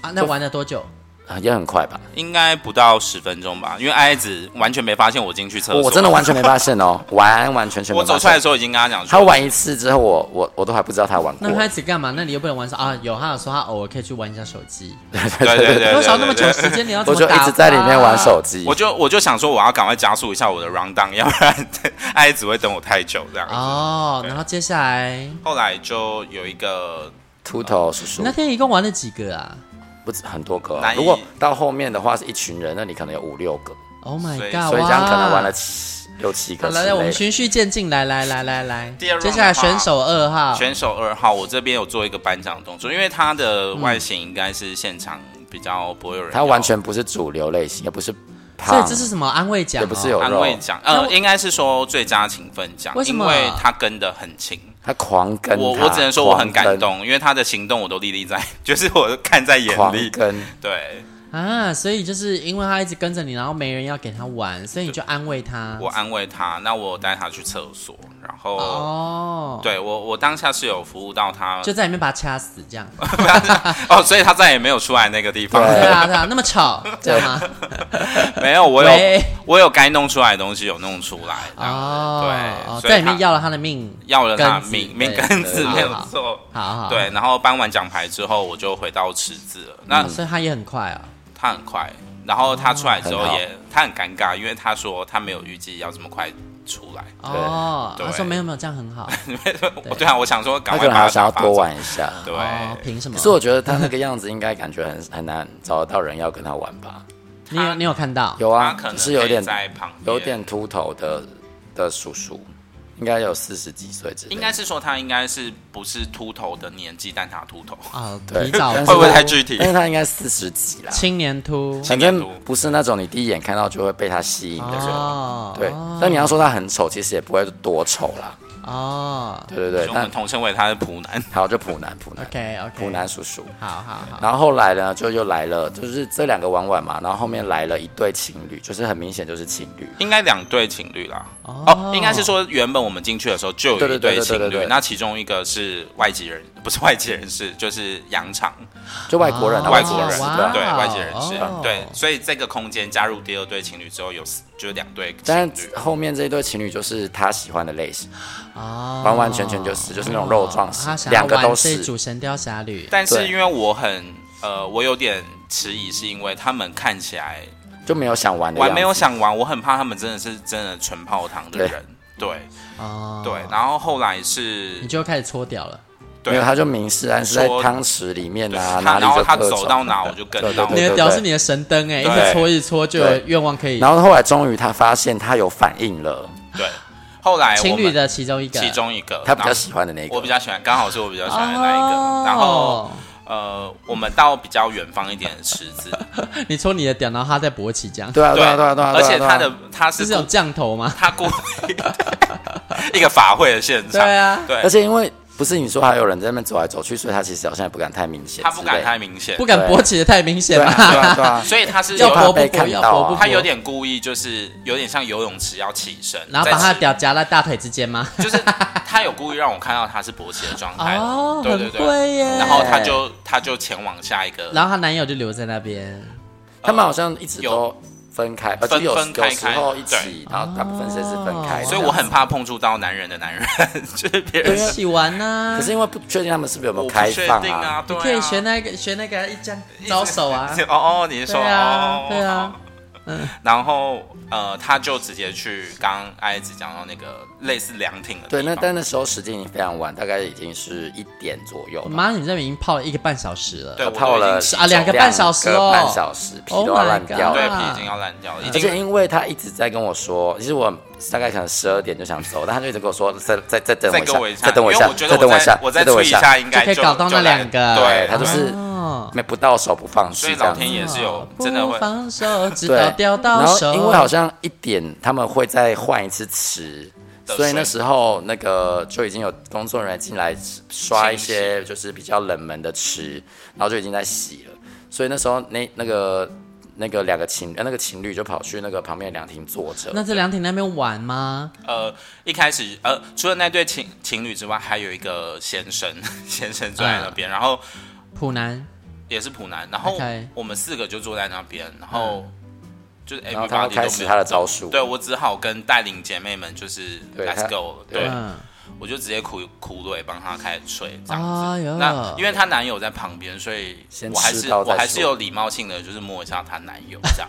[SPEAKER 1] 啊，那玩了多久？
[SPEAKER 2] 啊也很快吧？
[SPEAKER 3] 应该不到十分钟吧，因为爱子完全没发现我进去厕所，
[SPEAKER 2] 我真的完全没发现哦， 完完全全没
[SPEAKER 3] 我
[SPEAKER 2] 发
[SPEAKER 3] 走出来
[SPEAKER 2] 现
[SPEAKER 3] 的。时候已经跟他讲
[SPEAKER 2] 他
[SPEAKER 3] 说，
[SPEAKER 2] 玩一次之后，我我我都还不知道他玩过
[SPEAKER 1] 那。 他一直干嘛？那你又不能玩手啊？有，他有说他偶尔可以去玩一下手机。
[SPEAKER 3] 对对对对对
[SPEAKER 1] 多少那么
[SPEAKER 3] 对
[SPEAKER 1] 久时间， 你要怎
[SPEAKER 2] 我
[SPEAKER 1] 么
[SPEAKER 2] 就
[SPEAKER 1] 打
[SPEAKER 2] 一
[SPEAKER 1] 发啊？
[SPEAKER 2] 直在里面玩手机
[SPEAKER 3] 我。就我就想说，我要赶快加速一下我的 round down，要不然 爱子会等我太久这样。
[SPEAKER 1] 哦，然后接下来
[SPEAKER 3] 后来就有一个
[SPEAKER 2] 秃头叔叔
[SPEAKER 1] 那天一共玩了几个啊
[SPEAKER 2] 不止很多个哦、
[SPEAKER 3] 难以
[SPEAKER 2] 如果到后面的话是一群人，那你可能有五六个，
[SPEAKER 1] ？Oh my
[SPEAKER 3] 所以
[SPEAKER 1] god！
[SPEAKER 2] 所以这样可能玩了
[SPEAKER 1] 哇。
[SPEAKER 2] 七六七
[SPEAKER 1] 好
[SPEAKER 2] 个之
[SPEAKER 1] 了，来我
[SPEAKER 2] 类
[SPEAKER 1] 们
[SPEAKER 2] 的。
[SPEAKER 1] 循序渐进，来来来来来，
[SPEAKER 3] 第二 round
[SPEAKER 1] 接下来选手二号，
[SPEAKER 3] 选手二号，我这边有做一个颁奖的动作，因为他的外形应该是现场比较不会有人要，
[SPEAKER 2] 他完全不是主流类型，也不是
[SPEAKER 1] 所以
[SPEAKER 2] 胖，
[SPEAKER 1] 这是什么安慰奖、哦？
[SPEAKER 2] 也不是有
[SPEAKER 3] 安
[SPEAKER 2] 肉，
[SPEAKER 3] 慰奖，
[SPEAKER 1] 那
[SPEAKER 3] 呃，
[SPEAKER 1] 我
[SPEAKER 3] 应该是说最佳勤奋奖
[SPEAKER 1] 为，什
[SPEAKER 3] 因
[SPEAKER 1] 么
[SPEAKER 3] 为他跟的很勤。
[SPEAKER 2] 他狂跟
[SPEAKER 3] 我
[SPEAKER 2] 他
[SPEAKER 3] 我只能说我很感，
[SPEAKER 2] 狂
[SPEAKER 3] 动，因为他的行动我都历历在，就是我看在眼
[SPEAKER 2] 跟狂
[SPEAKER 3] 里。
[SPEAKER 2] 跟。
[SPEAKER 3] 对，
[SPEAKER 1] 啊，所以就是因为他一直跟着你，然后没人要给他玩，所以你就安慰他。
[SPEAKER 3] 我安慰他，那我带他去厕所，然后、
[SPEAKER 1] 哦，，
[SPEAKER 3] 对我我当下是有服务到他，
[SPEAKER 1] 就在里面把他掐死这样。
[SPEAKER 3] 哦，所以他再也没有出来那个地方。
[SPEAKER 2] 对
[SPEAKER 1] 对啊对啊，那么吵，这样吗？
[SPEAKER 3] 没有，我有
[SPEAKER 1] 喂，
[SPEAKER 3] 我有该弄出来的东西有弄出来，这样
[SPEAKER 1] 哦，
[SPEAKER 3] 对
[SPEAKER 1] 哦
[SPEAKER 3] 所以
[SPEAKER 1] 在里面
[SPEAKER 3] 他
[SPEAKER 1] 要了他的命，
[SPEAKER 3] 要了他
[SPEAKER 1] 根子
[SPEAKER 3] 命命
[SPEAKER 1] 对
[SPEAKER 3] 根子
[SPEAKER 1] 好
[SPEAKER 3] 没有
[SPEAKER 1] 好
[SPEAKER 3] 错。
[SPEAKER 1] 好好，
[SPEAKER 3] 对，然后颁完奖牌之后，我就回到池子了。那
[SPEAKER 1] 好，哦所以他也很快啊。
[SPEAKER 3] 他很快，然后他出来之后
[SPEAKER 2] 很好
[SPEAKER 3] 也他很尴尬，因为他说他没有预计要这么快出来。
[SPEAKER 1] 哦，
[SPEAKER 3] 对
[SPEAKER 1] 他说没有没有，这样很好。
[SPEAKER 3] 我对啊，我想说赶
[SPEAKER 2] 他
[SPEAKER 3] 快
[SPEAKER 2] 可能
[SPEAKER 3] 把
[SPEAKER 2] 还
[SPEAKER 3] 他
[SPEAKER 2] 想要多
[SPEAKER 3] 玩。
[SPEAKER 2] 玩一下。
[SPEAKER 3] 对，
[SPEAKER 1] 哦，凭什么
[SPEAKER 2] 可？是我觉得他那个样子，应该感觉很很难找得到人要跟他玩吧？
[SPEAKER 1] 你有你有看到？
[SPEAKER 2] 有
[SPEAKER 3] 他
[SPEAKER 2] 啊
[SPEAKER 3] 可，能
[SPEAKER 2] 是有
[SPEAKER 3] 可以
[SPEAKER 2] 点
[SPEAKER 3] 在旁边
[SPEAKER 2] 有点秃头的的叔叔，应该有四十几岁之类的，
[SPEAKER 3] 应该是说他应该是不是秃头的年纪，但他秃头。
[SPEAKER 1] 啊，
[SPEAKER 2] 对
[SPEAKER 1] 提早
[SPEAKER 2] 但是
[SPEAKER 3] 会不会
[SPEAKER 2] 他
[SPEAKER 3] 太具体
[SPEAKER 2] 但是他应该四十几啦，
[SPEAKER 1] 青年秃？
[SPEAKER 2] 反
[SPEAKER 3] 年度
[SPEAKER 2] 正不是那种你第一眼看到就会被他吸引的人。
[SPEAKER 1] 哦，
[SPEAKER 2] 对
[SPEAKER 1] 哦，
[SPEAKER 2] 但你要说他很丑，其实也不会多丑啦。
[SPEAKER 1] 哦
[SPEAKER 2] 对对
[SPEAKER 3] 所
[SPEAKER 2] 对
[SPEAKER 3] 以，我
[SPEAKER 2] 但
[SPEAKER 3] 们统称为他是普男。
[SPEAKER 2] 好就普男普男
[SPEAKER 1] ，OK OK，
[SPEAKER 2] 普男叔叔。
[SPEAKER 1] 好好好，
[SPEAKER 2] 然后后来呢，就又来了，就是这两个玩玩嘛，然后后面来了一对情侣，就是很明显就是情侣。
[SPEAKER 3] 应该两对情侣啦，
[SPEAKER 1] 哦
[SPEAKER 3] 哦，应该是说原本我们进去的时候就有一
[SPEAKER 2] 对对对对对
[SPEAKER 3] 情
[SPEAKER 2] 对
[SPEAKER 3] 侣
[SPEAKER 2] 对，
[SPEAKER 3] 那其中一个是外籍人，不是外籍人士，就是洋场
[SPEAKER 2] 就外国人啊，
[SPEAKER 1] 哦
[SPEAKER 3] 外国人，
[SPEAKER 2] 对
[SPEAKER 1] 哇
[SPEAKER 2] 啊
[SPEAKER 3] 对外籍人士
[SPEAKER 1] 哦，
[SPEAKER 3] 对，所以这个空间加入第二对情侣之后有四，就是两对情
[SPEAKER 2] 但
[SPEAKER 3] 侣
[SPEAKER 2] 是，后面这一对情侣就是他喜欢的类型，
[SPEAKER 1] 哦，
[SPEAKER 2] 完完全全就是就是那种肉壮
[SPEAKER 1] 他
[SPEAKER 2] 型，
[SPEAKER 1] 啊想要
[SPEAKER 2] 两个
[SPEAKER 1] 玩
[SPEAKER 2] 都
[SPEAKER 1] 这
[SPEAKER 2] 是。
[SPEAKER 1] 组《神雕侠侣》，
[SPEAKER 3] 但是
[SPEAKER 2] 对
[SPEAKER 3] 因为我很呃，我有点迟疑，是因为他们看起来
[SPEAKER 2] 就没有想玩的
[SPEAKER 3] 我还
[SPEAKER 2] 样
[SPEAKER 3] 没有
[SPEAKER 2] 子。
[SPEAKER 3] 想完，我很怕他们真的是真的纯泡汤的人，对
[SPEAKER 1] 哦，
[SPEAKER 3] 对，然后后来
[SPEAKER 1] 你
[SPEAKER 3] 是
[SPEAKER 1] 就开始搓掉了，
[SPEAKER 3] 对
[SPEAKER 2] 没有，他就明示暗示在
[SPEAKER 3] 说
[SPEAKER 2] 汤匙里面
[SPEAKER 3] 对
[SPEAKER 2] 啊，
[SPEAKER 3] 他，
[SPEAKER 2] 哪里
[SPEAKER 3] 然后
[SPEAKER 2] 就
[SPEAKER 3] 他
[SPEAKER 2] 各
[SPEAKER 3] 走
[SPEAKER 2] 种
[SPEAKER 3] 到哪我就跟
[SPEAKER 2] 对对
[SPEAKER 3] 到哪
[SPEAKER 1] 你
[SPEAKER 2] 对
[SPEAKER 1] 的屌是你的神灯哎，一
[SPEAKER 3] 对
[SPEAKER 1] 直搓一直搓就有
[SPEAKER 2] 对
[SPEAKER 1] 愿望可以
[SPEAKER 2] 然。后后来终于他发现他有反应了，
[SPEAKER 3] 对，后来我
[SPEAKER 1] 情侣
[SPEAKER 3] 们
[SPEAKER 1] 的其中一个，
[SPEAKER 3] 其中一个，
[SPEAKER 2] 他比
[SPEAKER 3] 然
[SPEAKER 2] 较
[SPEAKER 3] 后
[SPEAKER 2] 喜欢的那个。
[SPEAKER 3] 呃我比较喜欢，刚好是我比较喜
[SPEAKER 1] 哦
[SPEAKER 3] 欢的那一个，然后。呃，我们到比较远方一点的池子，
[SPEAKER 1] 你搓你的屌，然后他在勃起这样，
[SPEAKER 2] 对啊，
[SPEAKER 3] 对
[SPEAKER 2] 对啊，对啊，对啊。
[SPEAKER 3] 而且
[SPEAKER 2] 对啊
[SPEAKER 3] 他
[SPEAKER 2] 对
[SPEAKER 3] 的
[SPEAKER 2] 啊
[SPEAKER 3] 他是
[SPEAKER 1] 是这种降头吗？
[SPEAKER 3] 他故意 一个法会的现场，
[SPEAKER 1] 对啊
[SPEAKER 3] 对
[SPEAKER 2] 而且因为不是你说还有人在那边走来走去，所以他其实好像也不敢太明显之类的，
[SPEAKER 3] 他不敢太明显，
[SPEAKER 1] 不敢
[SPEAKER 2] 对
[SPEAKER 1] 勃起的太明显
[SPEAKER 2] 对啊，
[SPEAKER 1] 了，
[SPEAKER 2] 对啊，对啊。
[SPEAKER 3] 所以他是
[SPEAKER 1] 要
[SPEAKER 3] 有
[SPEAKER 2] 怕
[SPEAKER 1] 勃不
[SPEAKER 2] 被
[SPEAKER 1] 勃，
[SPEAKER 2] 看
[SPEAKER 1] 要
[SPEAKER 2] 到
[SPEAKER 1] 勃
[SPEAKER 2] 啊
[SPEAKER 1] 不勃，
[SPEAKER 3] 他有点故意，就是有点像游泳池要起身，
[SPEAKER 1] 然后
[SPEAKER 3] 在
[SPEAKER 1] 把他
[SPEAKER 3] 池
[SPEAKER 1] 的屌夹在大腿之间吗？
[SPEAKER 3] 就是他有故意让我看到他是勃起的状态，
[SPEAKER 1] 哦
[SPEAKER 3] 对对
[SPEAKER 1] 很会
[SPEAKER 3] 对，
[SPEAKER 1] 耶
[SPEAKER 3] 然后他就他就前往下一个，
[SPEAKER 1] 然后她男友就留在那边，
[SPEAKER 2] 他们好像一直
[SPEAKER 3] 有
[SPEAKER 2] 都分开，而且
[SPEAKER 3] 分
[SPEAKER 2] 有
[SPEAKER 3] 分开
[SPEAKER 2] 有时候一起，然后大部分时间是分开的。
[SPEAKER 3] 所以我很怕碰触到男人的男人，就是别人
[SPEAKER 1] 一起玩啊呐、
[SPEAKER 2] 啊可是因为不确定他们是不是有没
[SPEAKER 3] 我
[SPEAKER 2] 有
[SPEAKER 3] 不
[SPEAKER 2] 开
[SPEAKER 3] 确
[SPEAKER 2] 放
[SPEAKER 3] 定
[SPEAKER 2] 啊。
[SPEAKER 3] 啊，对
[SPEAKER 1] 你
[SPEAKER 3] 啊，
[SPEAKER 1] 可以学那个学那个一张招手啊，
[SPEAKER 3] 哦哦，你是说
[SPEAKER 1] 对啊
[SPEAKER 3] 哦，
[SPEAKER 1] 对啊，
[SPEAKER 3] 然后呃，他就直接去刚刚艾子讲到那个类似凉亭的地
[SPEAKER 2] 对，
[SPEAKER 3] 方，
[SPEAKER 2] 那但那时候时间已经非常晚，大概已经是一点左右吧。
[SPEAKER 1] 妈，你这边已经泡了一个半小时了，
[SPEAKER 3] 对，我
[SPEAKER 2] 泡
[SPEAKER 3] 都已经
[SPEAKER 2] 了
[SPEAKER 3] 起
[SPEAKER 1] 啊两个
[SPEAKER 3] 皱
[SPEAKER 1] 半小时哦
[SPEAKER 2] 两个半小时皮
[SPEAKER 1] Oh
[SPEAKER 2] 都要烂
[SPEAKER 1] my
[SPEAKER 2] 掉
[SPEAKER 1] god
[SPEAKER 3] 对
[SPEAKER 2] 了。
[SPEAKER 3] 皮已经要烂掉了，已
[SPEAKER 2] 而且
[SPEAKER 3] 经
[SPEAKER 2] 因为他一直在跟我说，其实我大概可能十二点就想走，但他就一直跟我说再再再等我
[SPEAKER 3] 再
[SPEAKER 2] 一
[SPEAKER 3] 给我一
[SPEAKER 2] 下，
[SPEAKER 3] 下，
[SPEAKER 2] 再等我一
[SPEAKER 3] 因为
[SPEAKER 2] 下
[SPEAKER 3] 我，觉
[SPEAKER 2] 再
[SPEAKER 3] 得
[SPEAKER 2] 等我一
[SPEAKER 3] 再
[SPEAKER 2] 下，
[SPEAKER 3] 我
[SPEAKER 2] 再
[SPEAKER 3] 再
[SPEAKER 2] 等我
[SPEAKER 3] 吹
[SPEAKER 2] 一
[SPEAKER 3] 一
[SPEAKER 2] 下。哎
[SPEAKER 3] 下，应该
[SPEAKER 1] 就可以搞到那
[SPEAKER 3] 来
[SPEAKER 1] 两个
[SPEAKER 3] 对，嗯
[SPEAKER 2] 他就是
[SPEAKER 1] 哦，
[SPEAKER 2] 没不到手不放
[SPEAKER 3] 所
[SPEAKER 2] 弃
[SPEAKER 3] 以
[SPEAKER 2] 这样
[SPEAKER 3] 老
[SPEAKER 2] 子。
[SPEAKER 3] 天也是有
[SPEAKER 1] 嗯不
[SPEAKER 3] 真的会。
[SPEAKER 1] 放手，直
[SPEAKER 2] 对
[SPEAKER 1] 到，掉到
[SPEAKER 2] 然后
[SPEAKER 1] 手。
[SPEAKER 2] 因为好像一点他们会再换一次池，
[SPEAKER 3] 的
[SPEAKER 2] 所以
[SPEAKER 3] 水
[SPEAKER 2] 那时候那个就已经有工作人员进来刷一些就是比较冷门的池，然后就已经在洗了。所以那时候那那个那个两个情呃那个情侣就跑去那个旁边的凉亭坐着。
[SPEAKER 1] 那这凉亭那边玩吗？
[SPEAKER 3] 呃，一开始呃，除了那对情 情侣之外，还有一个先生，先生坐在那边，然后
[SPEAKER 1] 普男
[SPEAKER 3] 也是普南，然后
[SPEAKER 1] OK
[SPEAKER 3] 我们四个就坐在那边，然后就是 everybody
[SPEAKER 2] 然后他要开始他的招数
[SPEAKER 3] 都没有对我只好跟带领姐妹们就是
[SPEAKER 2] 对他
[SPEAKER 3] let's go，了
[SPEAKER 2] 对
[SPEAKER 3] 对，
[SPEAKER 1] 嗯，
[SPEAKER 3] 我就直接苦苦蕊帮他开始吹这样子。
[SPEAKER 1] 哎呦，
[SPEAKER 3] 那因为她男友在旁边，所以
[SPEAKER 2] 先
[SPEAKER 3] 我还
[SPEAKER 2] 吃
[SPEAKER 3] 是
[SPEAKER 2] 到再
[SPEAKER 3] 我还
[SPEAKER 2] 说
[SPEAKER 3] 是有礼貌性的，就是摸一下她男友这样。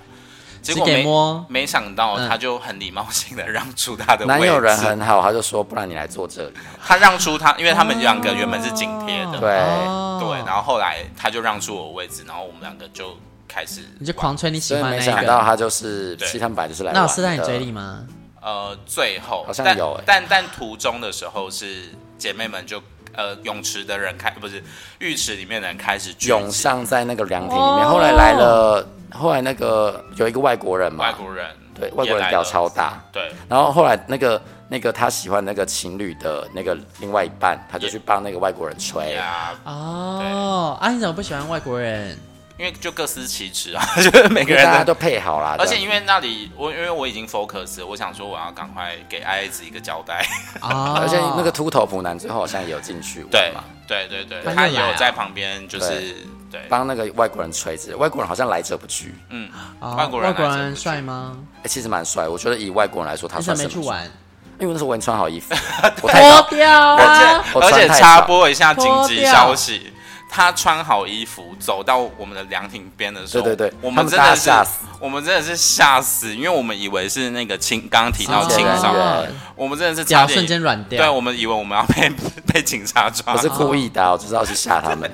[SPEAKER 3] 结
[SPEAKER 1] 只
[SPEAKER 3] 果
[SPEAKER 1] 给
[SPEAKER 3] 没
[SPEAKER 1] 摸，
[SPEAKER 3] 没想到
[SPEAKER 1] 嗯
[SPEAKER 3] 她就很礼貌性的让出她的位
[SPEAKER 2] 男
[SPEAKER 3] 置，
[SPEAKER 2] 友人很好，他就说不然你来坐这里。
[SPEAKER 3] 她让出她，因为他们两个原本是紧贴的，
[SPEAKER 2] 对
[SPEAKER 1] 哦
[SPEAKER 2] 哦
[SPEAKER 3] 对，然
[SPEAKER 1] 后
[SPEAKER 3] 后后来她就让出我位置，然后我们两个就开始
[SPEAKER 1] 你就狂吹你喜
[SPEAKER 2] 所以
[SPEAKER 1] 欢
[SPEAKER 2] 没
[SPEAKER 1] 那一
[SPEAKER 2] 想到
[SPEAKER 1] 个，
[SPEAKER 2] 他就是，
[SPEAKER 3] 对
[SPEAKER 2] 其实他们本来就是来玩
[SPEAKER 1] 那
[SPEAKER 2] 的。
[SPEAKER 1] 有射在你嘴里吗？
[SPEAKER 3] 呃，最后
[SPEAKER 2] 好像
[SPEAKER 3] 但
[SPEAKER 2] 有欸
[SPEAKER 3] 但但途中的时候是姐妹们就呃泳池的人开不是浴池里面的人开始聚集
[SPEAKER 2] 涌上在那个凉亭里面。
[SPEAKER 1] 哦
[SPEAKER 2] 后来来了，后来那个有一个外国人嘛，
[SPEAKER 3] 外国人，
[SPEAKER 2] 对外国人屌
[SPEAKER 3] 表
[SPEAKER 2] 超大，
[SPEAKER 3] 对，
[SPEAKER 2] 然后后来那个那个他喜欢那个情侣的那个另外一半，他就去帮那个外国人吹。
[SPEAKER 3] 呀，
[SPEAKER 1] 哦，啊，你怎么不喜欢外国人？因
[SPEAKER 3] 因为就各司其职啊， 就是每个
[SPEAKER 2] 因为大家
[SPEAKER 3] 人的。
[SPEAKER 2] 都配好啦，
[SPEAKER 3] 而且
[SPEAKER 2] 为
[SPEAKER 3] 因为那里我因为我已经 focus，了我想说我要赶快给 I S 一个交代。
[SPEAKER 1] 啊，
[SPEAKER 2] 而且那个秃头普男最后好像也有进去玩
[SPEAKER 3] 对
[SPEAKER 2] 嘛，
[SPEAKER 3] 对对对，
[SPEAKER 1] 他
[SPEAKER 3] 他
[SPEAKER 1] 又
[SPEAKER 3] 也
[SPEAKER 1] 来
[SPEAKER 3] 有
[SPEAKER 1] 啊
[SPEAKER 3] 在旁边，就是对
[SPEAKER 2] 帮那个外国人吹之类，外国人好像来者不拒，
[SPEAKER 3] 嗯，
[SPEAKER 1] 啊
[SPEAKER 3] 外国
[SPEAKER 1] 外
[SPEAKER 3] 人来
[SPEAKER 1] 国
[SPEAKER 3] 这
[SPEAKER 1] 人
[SPEAKER 3] 不去
[SPEAKER 1] 帅吗？
[SPEAKER 2] 哎其实蛮帅。我觉得以外国人来说，他
[SPEAKER 1] 你怎
[SPEAKER 2] 算
[SPEAKER 1] 么
[SPEAKER 2] 是
[SPEAKER 1] 没去
[SPEAKER 2] 蛮帅，
[SPEAKER 1] 玩？
[SPEAKER 2] 因为那时候我已经穿好衣服， 我太早
[SPEAKER 1] 掉
[SPEAKER 3] 而
[SPEAKER 1] 啊！
[SPEAKER 3] 且
[SPEAKER 2] 我
[SPEAKER 3] 而
[SPEAKER 2] 穿
[SPEAKER 3] 且
[SPEAKER 2] 太
[SPEAKER 3] 插
[SPEAKER 2] 少
[SPEAKER 3] 播一下紧
[SPEAKER 1] 脱
[SPEAKER 3] 急
[SPEAKER 1] 掉
[SPEAKER 3] 消息，他穿好衣服走到我们的凉亭边的时候，
[SPEAKER 2] 对对对
[SPEAKER 3] 我
[SPEAKER 2] 他
[SPEAKER 3] 们
[SPEAKER 2] 们
[SPEAKER 3] 真
[SPEAKER 2] 大家
[SPEAKER 3] 的是
[SPEAKER 2] 吓死
[SPEAKER 3] 我们真的是吓死，因为我们以为是那个青，刚刚提到
[SPEAKER 1] 哦
[SPEAKER 3] 青少年，
[SPEAKER 2] 对
[SPEAKER 3] 我们真的是差
[SPEAKER 1] 脚
[SPEAKER 3] 点
[SPEAKER 1] 瞬间软掉。
[SPEAKER 3] 对我们以为我们要被 被警察抓
[SPEAKER 2] 我，是故意的啊，我就是要去吓他们。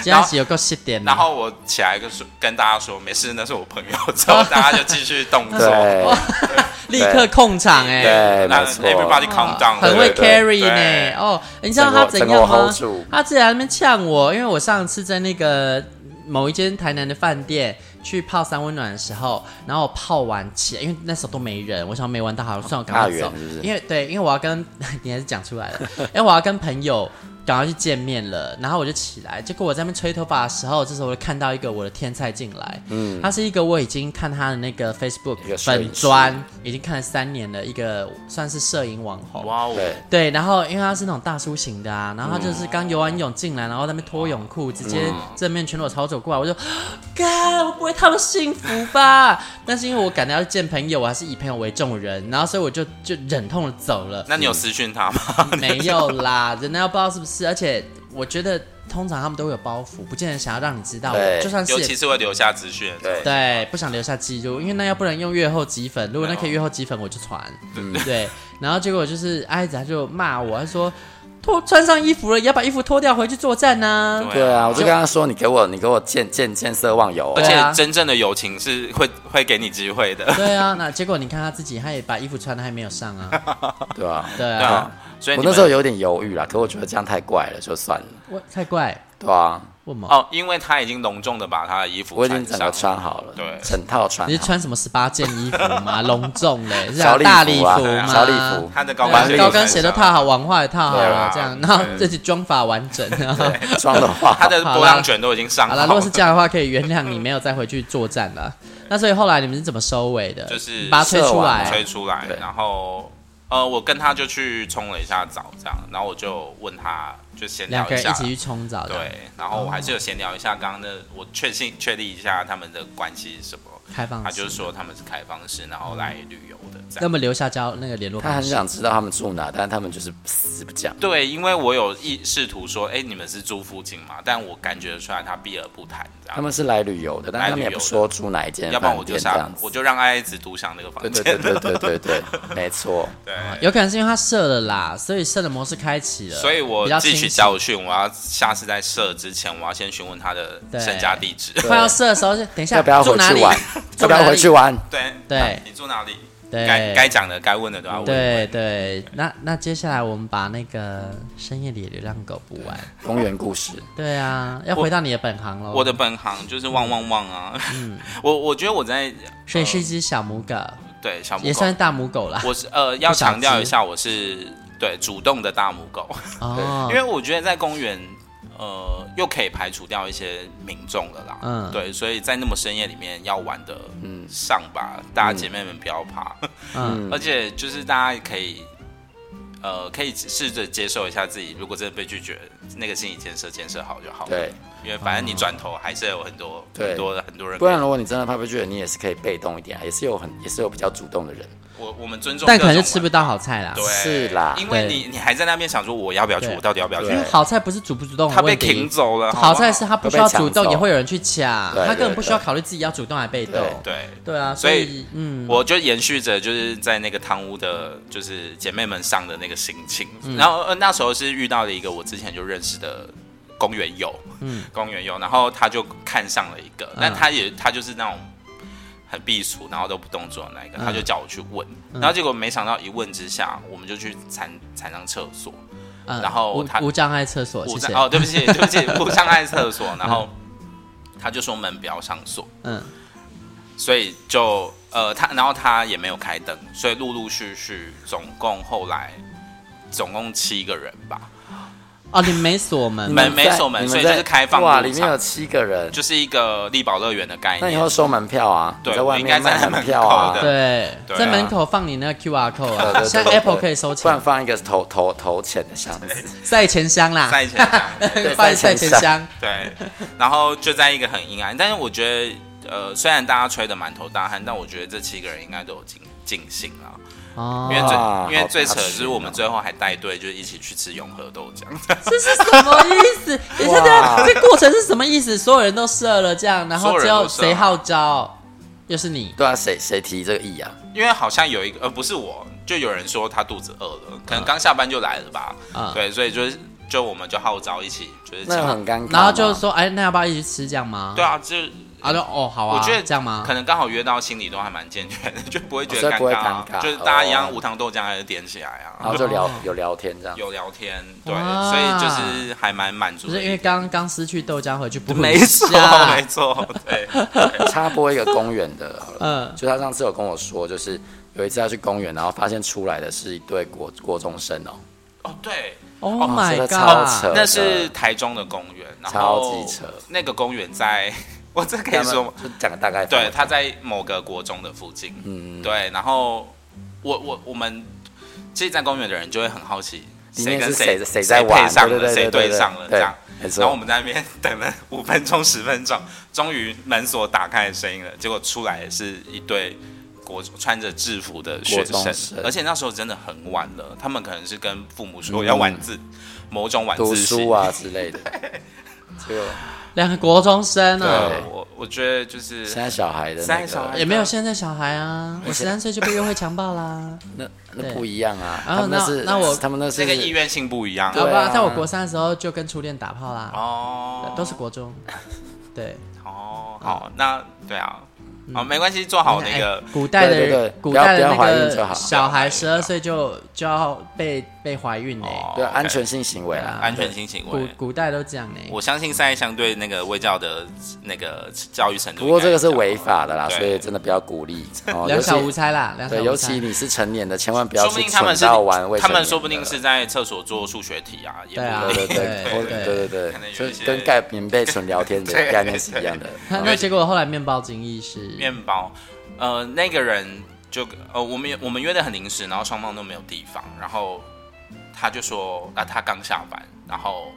[SPEAKER 1] 这样子有够细点的。
[SPEAKER 3] 然后我起来跟说跟大家说没事，那是我朋友， 之后大家就继续动作。
[SPEAKER 2] 对
[SPEAKER 1] 立刻控场哎、
[SPEAKER 2] 对，
[SPEAKER 3] 那
[SPEAKER 2] 没错。
[SPEAKER 3] everybody calm down，
[SPEAKER 1] 很会
[SPEAKER 2] 对对
[SPEAKER 1] carry 呢、
[SPEAKER 3] 对
[SPEAKER 1] 哦，你知道他怎样
[SPEAKER 2] 整个我
[SPEAKER 1] 吗
[SPEAKER 2] hold 住？
[SPEAKER 1] 他自己在那边呛我，因为我上次在那个某一间台南的饭店去泡三温暖的时候，然后我泡完起来，因为那时候都没人，我想没玩到好，算我赶
[SPEAKER 2] 大
[SPEAKER 1] 快
[SPEAKER 2] 圆
[SPEAKER 1] 走
[SPEAKER 2] 是不是，
[SPEAKER 1] 因为对，因为我要跟 你还是讲出来了，因为我要跟朋友。赶快去见面了，然后我就起来，结果我在那边吹头发的时候，这时候我就看到一个我的天菜进来，嗯，他是一个我已经看他的那个 Facebook
[SPEAKER 2] 一个摄影
[SPEAKER 1] 粉
[SPEAKER 2] 师
[SPEAKER 1] 砖，已经看了三年的一个算是摄影网红，
[SPEAKER 3] 哇哦，
[SPEAKER 2] 对
[SPEAKER 1] 对，然后因为他是那种大叔型的啊，然后他就是刚游完泳进来，然后在那边脱泳裤，直接正面全裸朝走过来，我就， 干，我不会他们幸福吧？但是因为我赶着要去见朋友，我还是以朋友为重人，然后所以我就就忍痛的走 了。
[SPEAKER 3] 那你
[SPEAKER 2] 嗯
[SPEAKER 3] 有私讯他吗？
[SPEAKER 1] 没有啦，人家不知道是不是，而且我觉得通常他们都会有包袱，不见得想要让你知道，
[SPEAKER 2] 对
[SPEAKER 1] 就算是
[SPEAKER 3] 尤其是会留下资讯。
[SPEAKER 2] 对
[SPEAKER 1] 对，不想留下记录，因为那要不能用月后积粉，如果那可以月后积粉，我就传。对，然后结果就是阿子他就骂我，他说脱穿上衣服了，也要把衣服脱掉回去作战呢、
[SPEAKER 3] 对
[SPEAKER 2] 对啊，我就跟他说，你给我，你给我见见见色忘友
[SPEAKER 3] 而
[SPEAKER 2] 哦。
[SPEAKER 1] 对啊
[SPEAKER 3] 且真正的友情是会会给你机会的。
[SPEAKER 1] 对啊，那结果你看他自己，他也把衣服穿的还没有上啊。
[SPEAKER 2] 对啊，
[SPEAKER 1] 对
[SPEAKER 3] 对
[SPEAKER 1] 啊，
[SPEAKER 3] 啊，所以
[SPEAKER 2] 我
[SPEAKER 3] 你
[SPEAKER 2] 那
[SPEAKER 3] 们
[SPEAKER 2] 时候有点犹豫啦，可我觉得这样太怪了，就算了。
[SPEAKER 1] 我太怪，
[SPEAKER 2] 对啊，
[SPEAKER 1] 我毛。
[SPEAKER 3] 哦，因为他已经隆重的把他的衣服
[SPEAKER 2] 我已经
[SPEAKER 3] 穿
[SPEAKER 2] 整
[SPEAKER 3] 上
[SPEAKER 2] 个穿好了，
[SPEAKER 3] 对
[SPEAKER 2] 整套穿
[SPEAKER 1] 你是
[SPEAKER 2] 好。
[SPEAKER 1] 穿什么十八件衣服吗？隆重嘞，是
[SPEAKER 2] 小
[SPEAKER 1] 啊
[SPEAKER 2] 礼服
[SPEAKER 1] 大
[SPEAKER 2] 啊
[SPEAKER 1] 礼服吗？
[SPEAKER 2] 小礼服
[SPEAKER 3] 他的高
[SPEAKER 1] 对
[SPEAKER 3] 跟
[SPEAKER 1] 啊
[SPEAKER 3] 鞋，
[SPEAKER 1] 高跟鞋都套，好，网袜也套好
[SPEAKER 3] 对
[SPEAKER 1] 了
[SPEAKER 3] 啊，
[SPEAKER 1] 这样，然后
[SPEAKER 3] 对
[SPEAKER 1] 自己妆法完整啊。
[SPEAKER 2] 装的话，
[SPEAKER 3] 他的波浪卷都已经上
[SPEAKER 1] 好
[SPEAKER 3] 好
[SPEAKER 1] 了，
[SPEAKER 3] 了。
[SPEAKER 1] 如果是这样的话，可以原谅你没有再回去作战了。那所以后来你们是怎么收尾的？
[SPEAKER 3] 就是
[SPEAKER 1] 把它推出来，
[SPEAKER 3] 吹出来
[SPEAKER 2] 对，
[SPEAKER 3] 然后呃，我跟他就去冲了一下澡，这样，然后我就问他，就闲
[SPEAKER 1] 两
[SPEAKER 3] 聊
[SPEAKER 1] 个人
[SPEAKER 3] 下
[SPEAKER 1] 一，起去冲澡的。
[SPEAKER 3] 对，然后我还是有闲聊一下刚刚的，我确信确立一下他们的关系是什么。
[SPEAKER 1] 开放式
[SPEAKER 3] 他就是说他们是开放式，然后来旅游的这
[SPEAKER 1] 那
[SPEAKER 3] 样。
[SPEAKER 1] 么留下交那个联络
[SPEAKER 2] 他
[SPEAKER 1] 方
[SPEAKER 2] 很
[SPEAKER 1] 式。
[SPEAKER 2] 想知道他们住哪，但是他们就是死不讲。
[SPEAKER 3] 对，因为我有意试图说，哎，你们是住附近嘛？但我感觉出来他避而不谈，这样
[SPEAKER 2] 他。们是来旅游的，但是他们也不说住哪一间
[SPEAKER 3] 要不然我
[SPEAKER 2] 饭
[SPEAKER 3] 就
[SPEAKER 2] 店这
[SPEAKER 3] 下
[SPEAKER 2] 样，子
[SPEAKER 3] 我。就让爱爱子独享那个房
[SPEAKER 2] 对
[SPEAKER 3] 间。
[SPEAKER 2] 对对对 对对对，对没错。
[SPEAKER 3] 对
[SPEAKER 1] 有可能是因为他设了啦，所以设的模式开启了。
[SPEAKER 3] 所以我
[SPEAKER 1] 比较
[SPEAKER 3] 汲
[SPEAKER 1] 清
[SPEAKER 3] 取
[SPEAKER 1] 晰
[SPEAKER 3] 教训，我要下次在设之前，我要先询问他的
[SPEAKER 1] 对
[SPEAKER 3] 身家地址。
[SPEAKER 1] 快要设的时候，等一下
[SPEAKER 2] 要不要回
[SPEAKER 1] 住哪
[SPEAKER 2] 去
[SPEAKER 1] 里
[SPEAKER 2] 玩？要不要回去？玩？
[SPEAKER 3] 对
[SPEAKER 1] 对
[SPEAKER 3] 啊你住哪里？
[SPEAKER 1] 对
[SPEAKER 3] 该该讲的、该问的都要问。
[SPEAKER 1] 对对，那那接下来我们把那个深夜里的流浪狗补完。
[SPEAKER 2] 公园故事，
[SPEAKER 1] 对啊，要回到你的本行喽。
[SPEAKER 3] 我的，本行就是汪汪汪啊！
[SPEAKER 1] 嗯
[SPEAKER 3] 我我觉得我在
[SPEAKER 1] 所以是一只小母狗，
[SPEAKER 3] 对小母
[SPEAKER 1] 也算
[SPEAKER 3] 狗
[SPEAKER 1] 是，大母狗啦。
[SPEAKER 3] 我是呃要
[SPEAKER 1] 不小
[SPEAKER 3] 强调
[SPEAKER 1] 只
[SPEAKER 3] 一下，我是对主动的大母狗，
[SPEAKER 1] 哦
[SPEAKER 3] 因，为我觉得在公园。呃，又可以排除掉一些民众了啦，
[SPEAKER 1] 嗯
[SPEAKER 3] 对，所以在那么深夜里面要玩的，上吧，大家姐妹们不要怕，
[SPEAKER 1] 嗯，
[SPEAKER 3] 而且就是大家可以，呃，可以试着接受一下自己，如果真的被拒绝，那个心理建设建设好就好了。
[SPEAKER 2] 对，
[SPEAKER 3] 因为反正你转头还是有很多
[SPEAKER 2] 对
[SPEAKER 3] 很多的很多人。
[SPEAKER 2] 不然，如果你真的怕被拒绝，你也是可以被动一点啊，也是有很也是有比较主动的人。
[SPEAKER 3] 我我们尊重各种
[SPEAKER 1] 但
[SPEAKER 3] 玩法，
[SPEAKER 1] 可能就吃不到好菜啦。
[SPEAKER 3] 对
[SPEAKER 2] 是啦
[SPEAKER 3] 因
[SPEAKER 1] 对
[SPEAKER 3] 为你你还在那边想说我要不要去，
[SPEAKER 1] 对
[SPEAKER 3] 我到底要不要去
[SPEAKER 1] 因？为好菜不是主不主动
[SPEAKER 3] 他
[SPEAKER 1] 的
[SPEAKER 3] 被
[SPEAKER 1] 问
[SPEAKER 3] 停
[SPEAKER 1] 题，
[SPEAKER 3] 走了，
[SPEAKER 1] 好
[SPEAKER 3] 不
[SPEAKER 1] 菜是他不需要主动，也会有人去抢，
[SPEAKER 2] 对
[SPEAKER 1] 他根本不需要
[SPEAKER 2] 对对
[SPEAKER 1] 考虑自己要主动还被动。
[SPEAKER 2] 对
[SPEAKER 3] 对。
[SPEAKER 1] 对啊，
[SPEAKER 3] 所
[SPEAKER 1] 所
[SPEAKER 3] 以
[SPEAKER 1] 以嗯，
[SPEAKER 3] 我就延续着就是在那个汤屋的，就是姐妹们上的那个心情。
[SPEAKER 1] 嗯
[SPEAKER 3] 然后、呃、那时候是遇到了一个我之前就认识的公园友，嗯，公园友，然后他就看上了一个，
[SPEAKER 1] 嗯
[SPEAKER 3] 但他也他就是那种很避俗，然后都不动作的那一个，
[SPEAKER 1] 嗯
[SPEAKER 3] 他就叫我去问，然后结果没想到一问之下，我们就去缠缠上厕所，
[SPEAKER 1] 嗯
[SPEAKER 3] 然后
[SPEAKER 1] 无
[SPEAKER 3] 他
[SPEAKER 1] 无障碍厕所，谢嗯
[SPEAKER 3] 不
[SPEAKER 1] 谢
[SPEAKER 3] 上。哦，对不起，对不起，不上爱厕所，然后他就说门不要上锁，
[SPEAKER 1] 嗯，
[SPEAKER 3] 所以就呃他，然后他也没有开灯，所以陆陆续续总共后来总共七个人吧，
[SPEAKER 1] 哦，你没锁门，
[SPEAKER 3] 门
[SPEAKER 2] 你
[SPEAKER 3] 没
[SPEAKER 2] 在
[SPEAKER 3] 锁门
[SPEAKER 2] 你
[SPEAKER 3] 所以
[SPEAKER 2] 在
[SPEAKER 3] 就是开放
[SPEAKER 2] 哇，
[SPEAKER 3] 入
[SPEAKER 2] 里面
[SPEAKER 3] 场
[SPEAKER 2] 有七个人，
[SPEAKER 3] 就是一个力宝乐园的概
[SPEAKER 2] 那以
[SPEAKER 3] 念
[SPEAKER 2] 后。收门票啊，
[SPEAKER 3] 对
[SPEAKER 2] 你在外
[SPEAKER 3] 我应该
[SPEAKER 2] 面
[SPEAKER 3] 在
[SPEAKER 2] 卖
[SPEAKER 3] 那
[SPEAKER 2] 门
[SPEAKER 3] 门
[SPEAKER 2] 票啊
[SPEAKER 3] 口，的
[SPEAKER 1] 对，
[SPEAKER 3] 对啊
[SPEAKER 1] 在门口放你那个 QR code，
[SPEAKER 2] 对
[SPEAKER 1] 啊
[SPEAKER 2] 对对
[SPEAKER 1] 像
[SPEAKER 2] 对
[SPEAKER 1] Apple 可以收
[SPEAKER 2] 不然
[SPEAKER 1] 钱，
[SPEAKER 2] 放一个投投投钱的箱子，
[SPEAKER 1] 赛前箱
[SPEAKER 2] 啊
[SPEAKER 1] 啦，
[SPEAKER 3] 在以前这样
[SPEAKER 2] 对
[SPEAKER 1] 放赛
[SPEAKER 2] 赛
[SPEAKER 1] 前
[SPEAKER 2] 前
[SPEAKER 1] 箱，
[SPEAKER 3] 对，然后就在一个很阴暗，但是我觉得呃，虽然大家吹得满头大汗，但我觉得这七个人应该都有尽尽兴了。
[SPEAKER 1] 哦
[SPEAKER 3] 因，为
[SPEAKER 2] 哇
[SPEAKER 3] 最因为
[SPEAKER 2] 啊好
[SPEAKER 3] 最扯
[SPEAKER 2] 踏
[SPEAKER 3] 的
[SPEAKER 2] 实
[SPEAKER 3] 是我们
[SPEAKER 2] 哦
[SPEAKER 3] 最后还带队，就是一起去吃永和豆浆。
[SPEAKER 1] 这是什么意思？你这
[SPEAKER 2] 哇
[SPEAKER 1] 这这过程是什么意思？所有人都射了这样，然
[SPEAKER 3] 所有
[SPEAKER 1] 后
[SPEAKER 3] 人
[SPEAKER 1] 只
[SPEAKER 3] 都
[SPEAKER 1] 有
[SPEAKER 3] 射啊
[SPEAKER 1] 谁号召？又是你，
[SPEAKER 2] 对啊，谁谁提这个意 啊？
[SPEAKER 3] 因为好像有一个呃，不是我，就有人说他肚子饿
[SPEAKER 2] 嗯
[SPEAKER 3] 了，可能刚下班就来了吧。
[SPEAKER 1] 嗯
[SPEAKER 3] 对，所以就是就我们就号召一起，就是
[SPEAKER 2] 那
[SPEAKER 3] 讲
[SPEAKER 2] 很尴尬嘛。
[SPEAKER 1] 然后就说，哎，那要不要一起吃这样吗？
[SPEAKER 3] 对，啊，就是
[SPEAKER 1] 啊，就哦，好啊，
[SPEAKER 3] 我觉得
[SPEAKER 1] 这样吗
[SPEAKER 3] 可？能刚好约到，心里都还蛮健全的，就不会
[SPEAKER 2] 哦
[SPEAKER 3] 觉得
[SPEAKER 2] 所以不会
[SPEAKER 3] 啊
[SPEAKER 2] 尴尬
[SPEAKER 3] 就是大家一样
[SPEAKER 2] 哦
[SPEAKER 3] 无糖豆浆还是点起来
[SPEAKER 2] 然
[SPEAKER 3] 啊
[SPEAKER 2] 后，就 聊
[SPEAKER 1] 哦
[SPEAKER 2] 有聊天这样，
[SPEAKER 3] 有聊天，对，
[SPEAKER 1] 哇
[SPEAKER 3] 所以就是还蛮满足
[SPEAKER 1] 就
[SPEAKER 3] 的
[SPEAKER 1] 是
[SPEAKER 3] 一
[SPEAKER 1] 因为
[SPEAKER 3] 点。
[SPEAKER 1] 刚刚失去豆浆回去补一
[SPEAKER 3] 没 错，
[SPEAKER 1] 下
[SPEAKER 3] 没错， 对，
[SPEAKER 2] 插播一个公园 的好了，
[SPEAKER 1] 嗯
[SPEAKER 2] 就他上次有跟我说，就是有一次他去公园，然后发现出来的是一对国国中生哦，
[SPEAKER 3] 哦，对，
[SPEAKER 1] ，Oh my
[SPEAKER 2] 这个
[SPEAKER 1] god，
[SPEAKER 2] 超扯
[SPEAKER 3] 那是台中的公园，然后
[SPEAKER 2] 超级扯
[SPEAKER 3] 那个公园在， 我这可
[SPEAKER 2] 他
[SPEAKER 3] 以
[SPEAKER 2] 们
[SPEAKER 3] 说吗？
[SPEAKER 2] 就讲个大概，
[SPEAKER 3] 对，他在某个国中的附近。
[SPEAKER 2] 嗯，
[SPEAKER 3] 对，然后我我我们其实，在公园的人就会很好奇，
[SPEAKER 2] 里
[SPEAKER 3] 谁
[SPEAKER 2] 面
[SPEAKER 3] 跟
[SPEAKER 2] 是
[SPEAKER 3] 谁
[SPEAKER 2] 谁谁在玩
[SPEAKER 3] 配上
[SPEAKER 2] 对
[SPEAKER 3] 了，
[SPEAKER 2] 对对对
[SPEAKER 3] 谁
[SPEAKER 2] 对对
[SPEAKER 3] 上了这
[SPEAKER 2] 对
[SPEAKER 3] 样。
[SPEAKER 2] 没错
[SPEAKER 3] 然后我们在那边等了五分钟、十分钟，终于门锁打开的声音了，结果出来是一对。国穿着制服的学
[SPEAKER 2] 国
[SPEAKER 3] 生
[SPEAKER 2] 中生，
[SPEAKER 3] 而且那时候真的很晚了，他们可能是跟父母说要晚自、某种晚
[SPEAKER 2] 嗯读
[SPEAKER 3] 自习
[SPEAKER 2] 书啊之 类的，就
[SPEAKER 1] 两个国中生
[SPEAKER 3] 对
[SPEAKER 1] 啊，
[SPEAKER 2] 对，
[SPEAKER 3] 我我觉得就是
[SPEAKER 2] 现在小孩的
[SPEAKER 3] 现
[SPEAKER 2] 那
[SPEAKER 3] 在小孩
[SPEAKER 2] 个，
[SPEAKER 1] 也没有现在小孩啊，我十三岁就被约会强 暴啦。啊
[SPEAKER 2] 那那不一样啊，
[SPEAKER 1] 对
[SPEAKER 2] 他们是
[SPEAKER 1] 啊那那我
[SPEAKER 2] 他们那是
[SPEAKER 3] 这个意愿性不一样
[SPEAKER 1] 好
[SPEAKER 2] 对
[SPEAKER 1] 吧
[SPEAKER 2] 啊，
[SPEAKER 1] 在我国三的时候就跟初恋打炮啦，
[SPEAKER 3] 哦，
[SPEAKER 1] 都是国中。 对，嗯
[SPEAKER 3] 哦，好，那对啊，哦，没关系，做好那个
[SPEAKER 1] 哎古代的
[SPEAKER 2] 对对对
[SPEAKER 1] 古代的那
[SPEAKER 2] 不要不要怀孕就
[SPEAKER 1] 个
[SPEAKER 2] 好
[SPEAKER 1] 小孩十
[SPEAKER 3] 不要怀
[SPEAKER 1] 二
[SPEAKER 3] 孕
[SPEAKER 1] 岁就就要被被怀孕呢、欸
[SPEAKER 3] 哦
[SPEAKER 2] 对啊
[SPEAKER 3] OK
[SPEAKER 2] 安全性行为啦，
[SPEAKER 3] 安全性行
[SPEAKER 1] 古
[SPEAKER 3] 为。
[SPEAKER 1] 古代都这样欸呢、
[SPEAKER 3] 我相信赛相对那个卫教的那个教育程度，
[SPEAKER 2] 不过这个是违法的啦，
[SPEAKER 3] 对
[SPEAKER 2] 所以真的不要鼓励。哦
[SPEAKER 1] 两小
[SPEAKER 2] 尤
[SPEAKER 1] 无
[SPEAKER 2] 其
[SPEAKER 1] 猜啦，两小
[SPEAKER 2] 对，
[SPEAKER 1] 无
[SPEAKER 2] 尤
[SPEAKER 1] 猜
[SPEAKER 2] 其。你是成年的，千万不要
[SPEAKER 3] 说不
[SPEAKER 2] 去
[SPEAKER 3] 定他们
[SPEAKER 2] 蠢
[SPEAKER 3] 是
[SPEAKER 2] 到玩未
[SPEAKER 3] 他
[SPEAKER 2] 成年的。
[SPEAKER 3] 们说不定是在厕所做数学题啊，也
[SPEAKER 1] 对啊
[SPEAKER 3] 不一
[SPEAKER 2] 对
[SPEAKER 3] 定
[SPEAKER 2] 对对，或者对对对
[SPEAKER 3] 可能，有一
[SPEAKER 2] 就
[SPEAKER 3] 些
[SPEAKER 2] 跟盖棉被纯聊天的概念是一样的。
[SPEAKER 1] 那那结果后来面包精意是
[SPEAKER 3] 面包，呃，那个人就呃，我们我们约的很临时，然后双方都没有地方，然后他就说，那、他刚下班，然后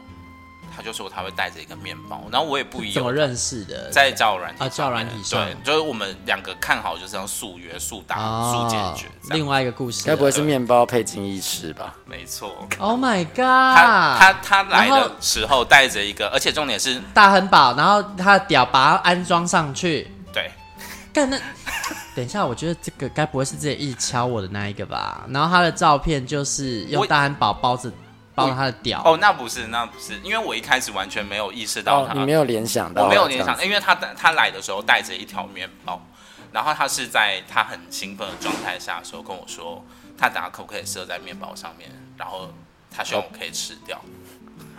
[SPEAKER 3] 他就说他会带着一个面包，然后我也不疑
[SPEAKER 1] 怎么
[SPEAKER 3] 有
[SPEAKER 1] 认识的？
[SPEAKER 3] 在交友软体
[SPEAKER 1] 啊交友软体上
[SPEAKER 3] 对，就是我们两个看好就是要速约、速打、速解
[SPEAKER 1] 哦
[SPEAKER 3] 决，，这
[SPEAKER 1] 另
[SPEAKER 3] 样
[SPEAKER 1] 外一个故事了。
[SPEAKER 2] 该不会是面包配金一吃吧？
[SPEAKER 3] 没错。
[SPEAKER 1] Oh my god！
[SPEAKER 3] 他他他来
[SPEAKER 1] 然后
[SPEAKER 3] 的时候带着一个，而且重点是
[SPEAKER 1] 大亨堡，然后他的屌把它安装上去。
[SPEAKER 3] 对，
[SPEAKER 1] 干那，等一下，我觉得这个该不会是自己一直敲我的那一个吧？然后他的照片就是用
[SPEAKER 3] 我
[SPEAKER 1] 大汉堡包着包着他的屌。
[SPEAKER 3] 哦，那不是那不是，因为我一开始完全没有意识到
[SPEAKER 2] 哦
[SPEAKER 3] 他，，
[SPEAKER 2] 你没有哦联想到，
[SPEAKER 3] 我没有联想，，因为他他来的时候带着一条面包，然后他是在他很兴奋的状态下的时候跟我说，他等下可不可以射在面包上面，然后他希望我可以吃掉，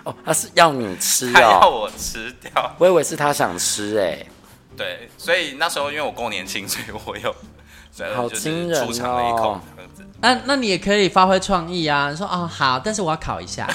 [SPEAKER 2] 哦，他是要你吃
[SPEAKER 3] 他要
[SPEAKER 2] 哦，
[SPEAKER 3] 我吃掉，
[SPEAKER 2] 我以为是他想吃哎，
[SPEAKER 3] 对，所以那时候因为我够年轻，所以我有。
[SPEAKER 2] 好
[SPEAKER 3] 就
[SPEAKER 2] 惊
[SPEAKER 3] 是
[SPEAKER 2] 人
[SPEAKER 3] 出场了一口
[SPEAKER 2] 哦
[SPEAKER 3] 这样子，
[SPEAKER 1] 那那你也可以发挥创意啊！你说哦好，但是我要烤一 下，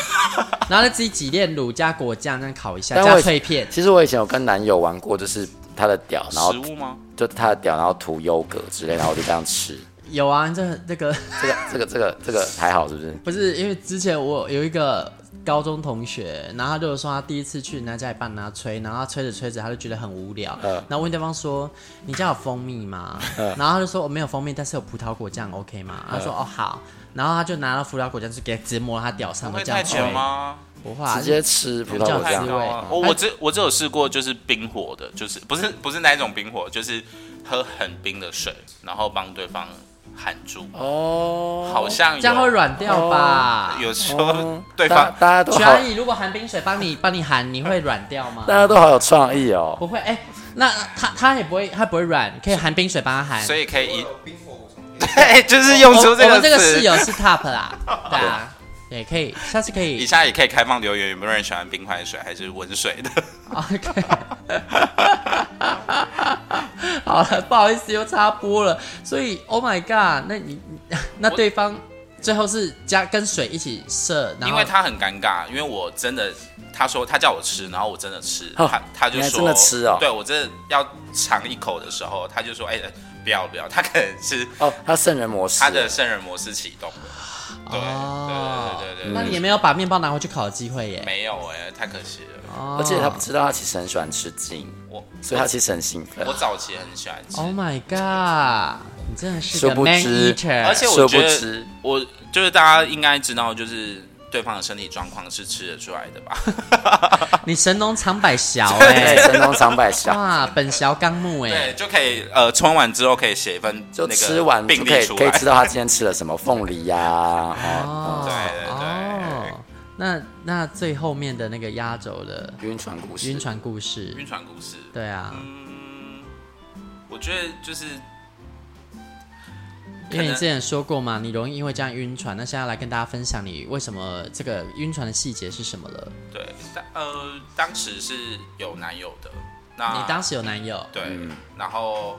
[SPEAKER 1] 然后再自己挤炼乳加果酱这样烤一下，
[SPEAKER 2] 但
[SPEAKER 1] 加
[SPEAKER 2] 我
[SPEAKER 1] 脆片。
[SPEAKER 2] 其实我以前有跟男友玩过，就是他的屌，然后
[SPEAKER 3] 食物吗？
[SPEAKER 2] 就他的屌，然后涂优格之类，然后我就这样吃。
[SPEAKER 1] 有啊，这这个
[SPEAKER 2] 这个这个这个这个还好是不是？
[SPEAKER 1] 不是因为之前我有一个高中同学，然后他就说他第一次去人家家里帮人家吹，然后他吹着吹着他就觉得很无聊，
[SPEAKER 2] 嗯
[SPEAKER 1] 然后问对方说你家有蜂蜜吗？然后他就说我没有蜂蜜，但是有葡萄果酱，OK 吗？
[SPEAKER 2] 嗯
[SPEAKER 1] 他说哦好，然后他就拿到葡萄果酱就给直接摸他屌上，
[SPEAKER 3] 会
[SPEAKER 1] 这样
[SPEAKER 3] 太
[SPEAKER 1] 吹
[SPEAKER 3] 甜？吗？
[SPEAKER 1] 不会啊，
[SPEAKER 2] 直接吃葡萄
[SPEAKER 1] 这
[SPEAKER 2] 果
[SPEAKER 1] 样
[SPEAKER 3] 太
[SPEAKER 1] 子哦
[SPEAKER 3] 高
[SPEAKER 2] 酱，
[SPEAKER 3] 了。
[SPEAKER 1] 滋味
[SPEAKER 3] 我我只我只有试过，就是冰火的，就是不是不是那一种冰火，就是喝很冰的水，然后帮对方含住，
[SPEAKER 2] 哦，
[SPEAKER 3] 好像有
[SPEAKER 1] 这样会软掉吧？
[SPEAKER 3] 有时候
[SPEAKER 2] 哦
[SPEAKER 3] 对
[SPEAKER 2] 大
[SPEAKER 3] 方
[SPEAKER 2] 大家都
[SPEAKER 1] 徐
[SPEAKER 2] 好
[SPEAKER 1] 阿，姨，如果含冰水帮你帮你含，你会软掉吗
[SPEAKER 2] 大？家都好有创意哦。
[SPEAKER 1] 不会，哎、那他他也不会，他不会软，可以含冰水帮他含。
[SPEAKER 3] 所以可以以 对，就是用
[SPEAKER 1] 我
[SPEAKER 3] 出
[SPEAKER 1] 我们这
[SPEAKER 3] 个
[SPEAKER 1] 个
[SPEAKER 3] 词
[SPEAKER 1] 室。友是 top 啦，对啊，也可以，下次可
[SPEAKER 3] 以
[SPEAKER 1] 以。
[SPEAKER 3] 下也可以开放留言，有没有人喜欢冰块水还是温水的？
[SPEAKER 1] OK，好了，不好意思又插播了。所以，Oh my God，那你你那对方最后是加跟水一起射，然后
[SPEAKER 3] 因为他很尴尬，因为我真的，他说他叫我吃，然后我真的吃，
[SPEAKER 2] 哦
[SPEAKER 3] 他他就
[SPEAKER 2] 你还
[SPEAKER 3] 说
[SPEAKER 2] 真的吃哦
[SPEAKER 3] 对我真的要尝一口的时候，他就说哎、呃不要不要，他可能是
[SPEAKER 2] 哦，他圣人模式，
[SPEAKER 3] 他的圣人模式启动了，对、
[SPEAKER 1] 哦
[SPEAKER 3] 对对对对对，
[SPEAKER 1] 那你也没有把面包拿回去烤的机会耶。
[SPEAKER 3] 没有哎、太可惜了，
[SPEAKER 1] 哦
[SPEAKER 2] 而且他不知道他其实很喜欢吃鸡，
[SPEAKER 3] 我
[SPEAKER 2] 所以他其实很兴奋
[SPEAKER 3] 我。早期很喜欢吃，
[SPEAKER 1] Oh my God，你真的是
[SPEAKER 2] 殊
[SPEAKER 1] 个
[SPEAKER 2] 不
[SPEAKER 1] man
[SPEAKER 2] 知
[SPEAKER 1] eater，
[SPEAKER 3] 而且我
[SPEAKER 2] 殊
[SPEAKER 3] 觉
[SPEAKER 2] 不
[SPEAKER 3] 得
[SPEAKER 2] 知
[SPEAKER 3] 我就是大家应该知道，就是对方的身体状况是吃得出来的吧？
[SPEAKER 1] 你神农尝 百勺哎、
[SPEAKER 2] 对，神农尝百笑，
[SPEAKER 1] 哇，本勺纲目哎、
[SPEAKER 3] 对，就可以呃，冲完之后可以写一份
[SPEAKER 2] 就
[SPEAKER 3] 那个
[SPEAKER 2] 吃完就
[SPEAKER 3] 病
[SPEAKER 2] 可
[SPEAKER 3] 历
[SPEAKER 2] 以
[SPEAKER 3] 出来，
[SPEAKER 2] 可以知道他今天吃了什么凤梨呀、哦，
[SPEAKER 1] 哦，
[SPEAKER 3] 对对对
[SPEAKER 1] 哦那那最后面的那个压轴的
[SPEAKER 2] 嗯晕船故事，
[SPEAKER 1] 晕船故
[SPEAKER 3] 晕
[SPEAKER 1] 事，
[SPEAKER 3] 船故事。
[SPEAKER 1] 对啊，
[SPEAKER 3] 嗯，我觉得就是
[SPEAKER 1] 因为你之前说过嘛，你容易因为这样晕船。那现在来跟大家分享你为什么这个晕船的细节是什么了？
[SPEAKER 3] 对，当呃，当时是有男友的，那
[SPEAKER 1] 你当时有男友，
[SPEAKER 3] 对，然后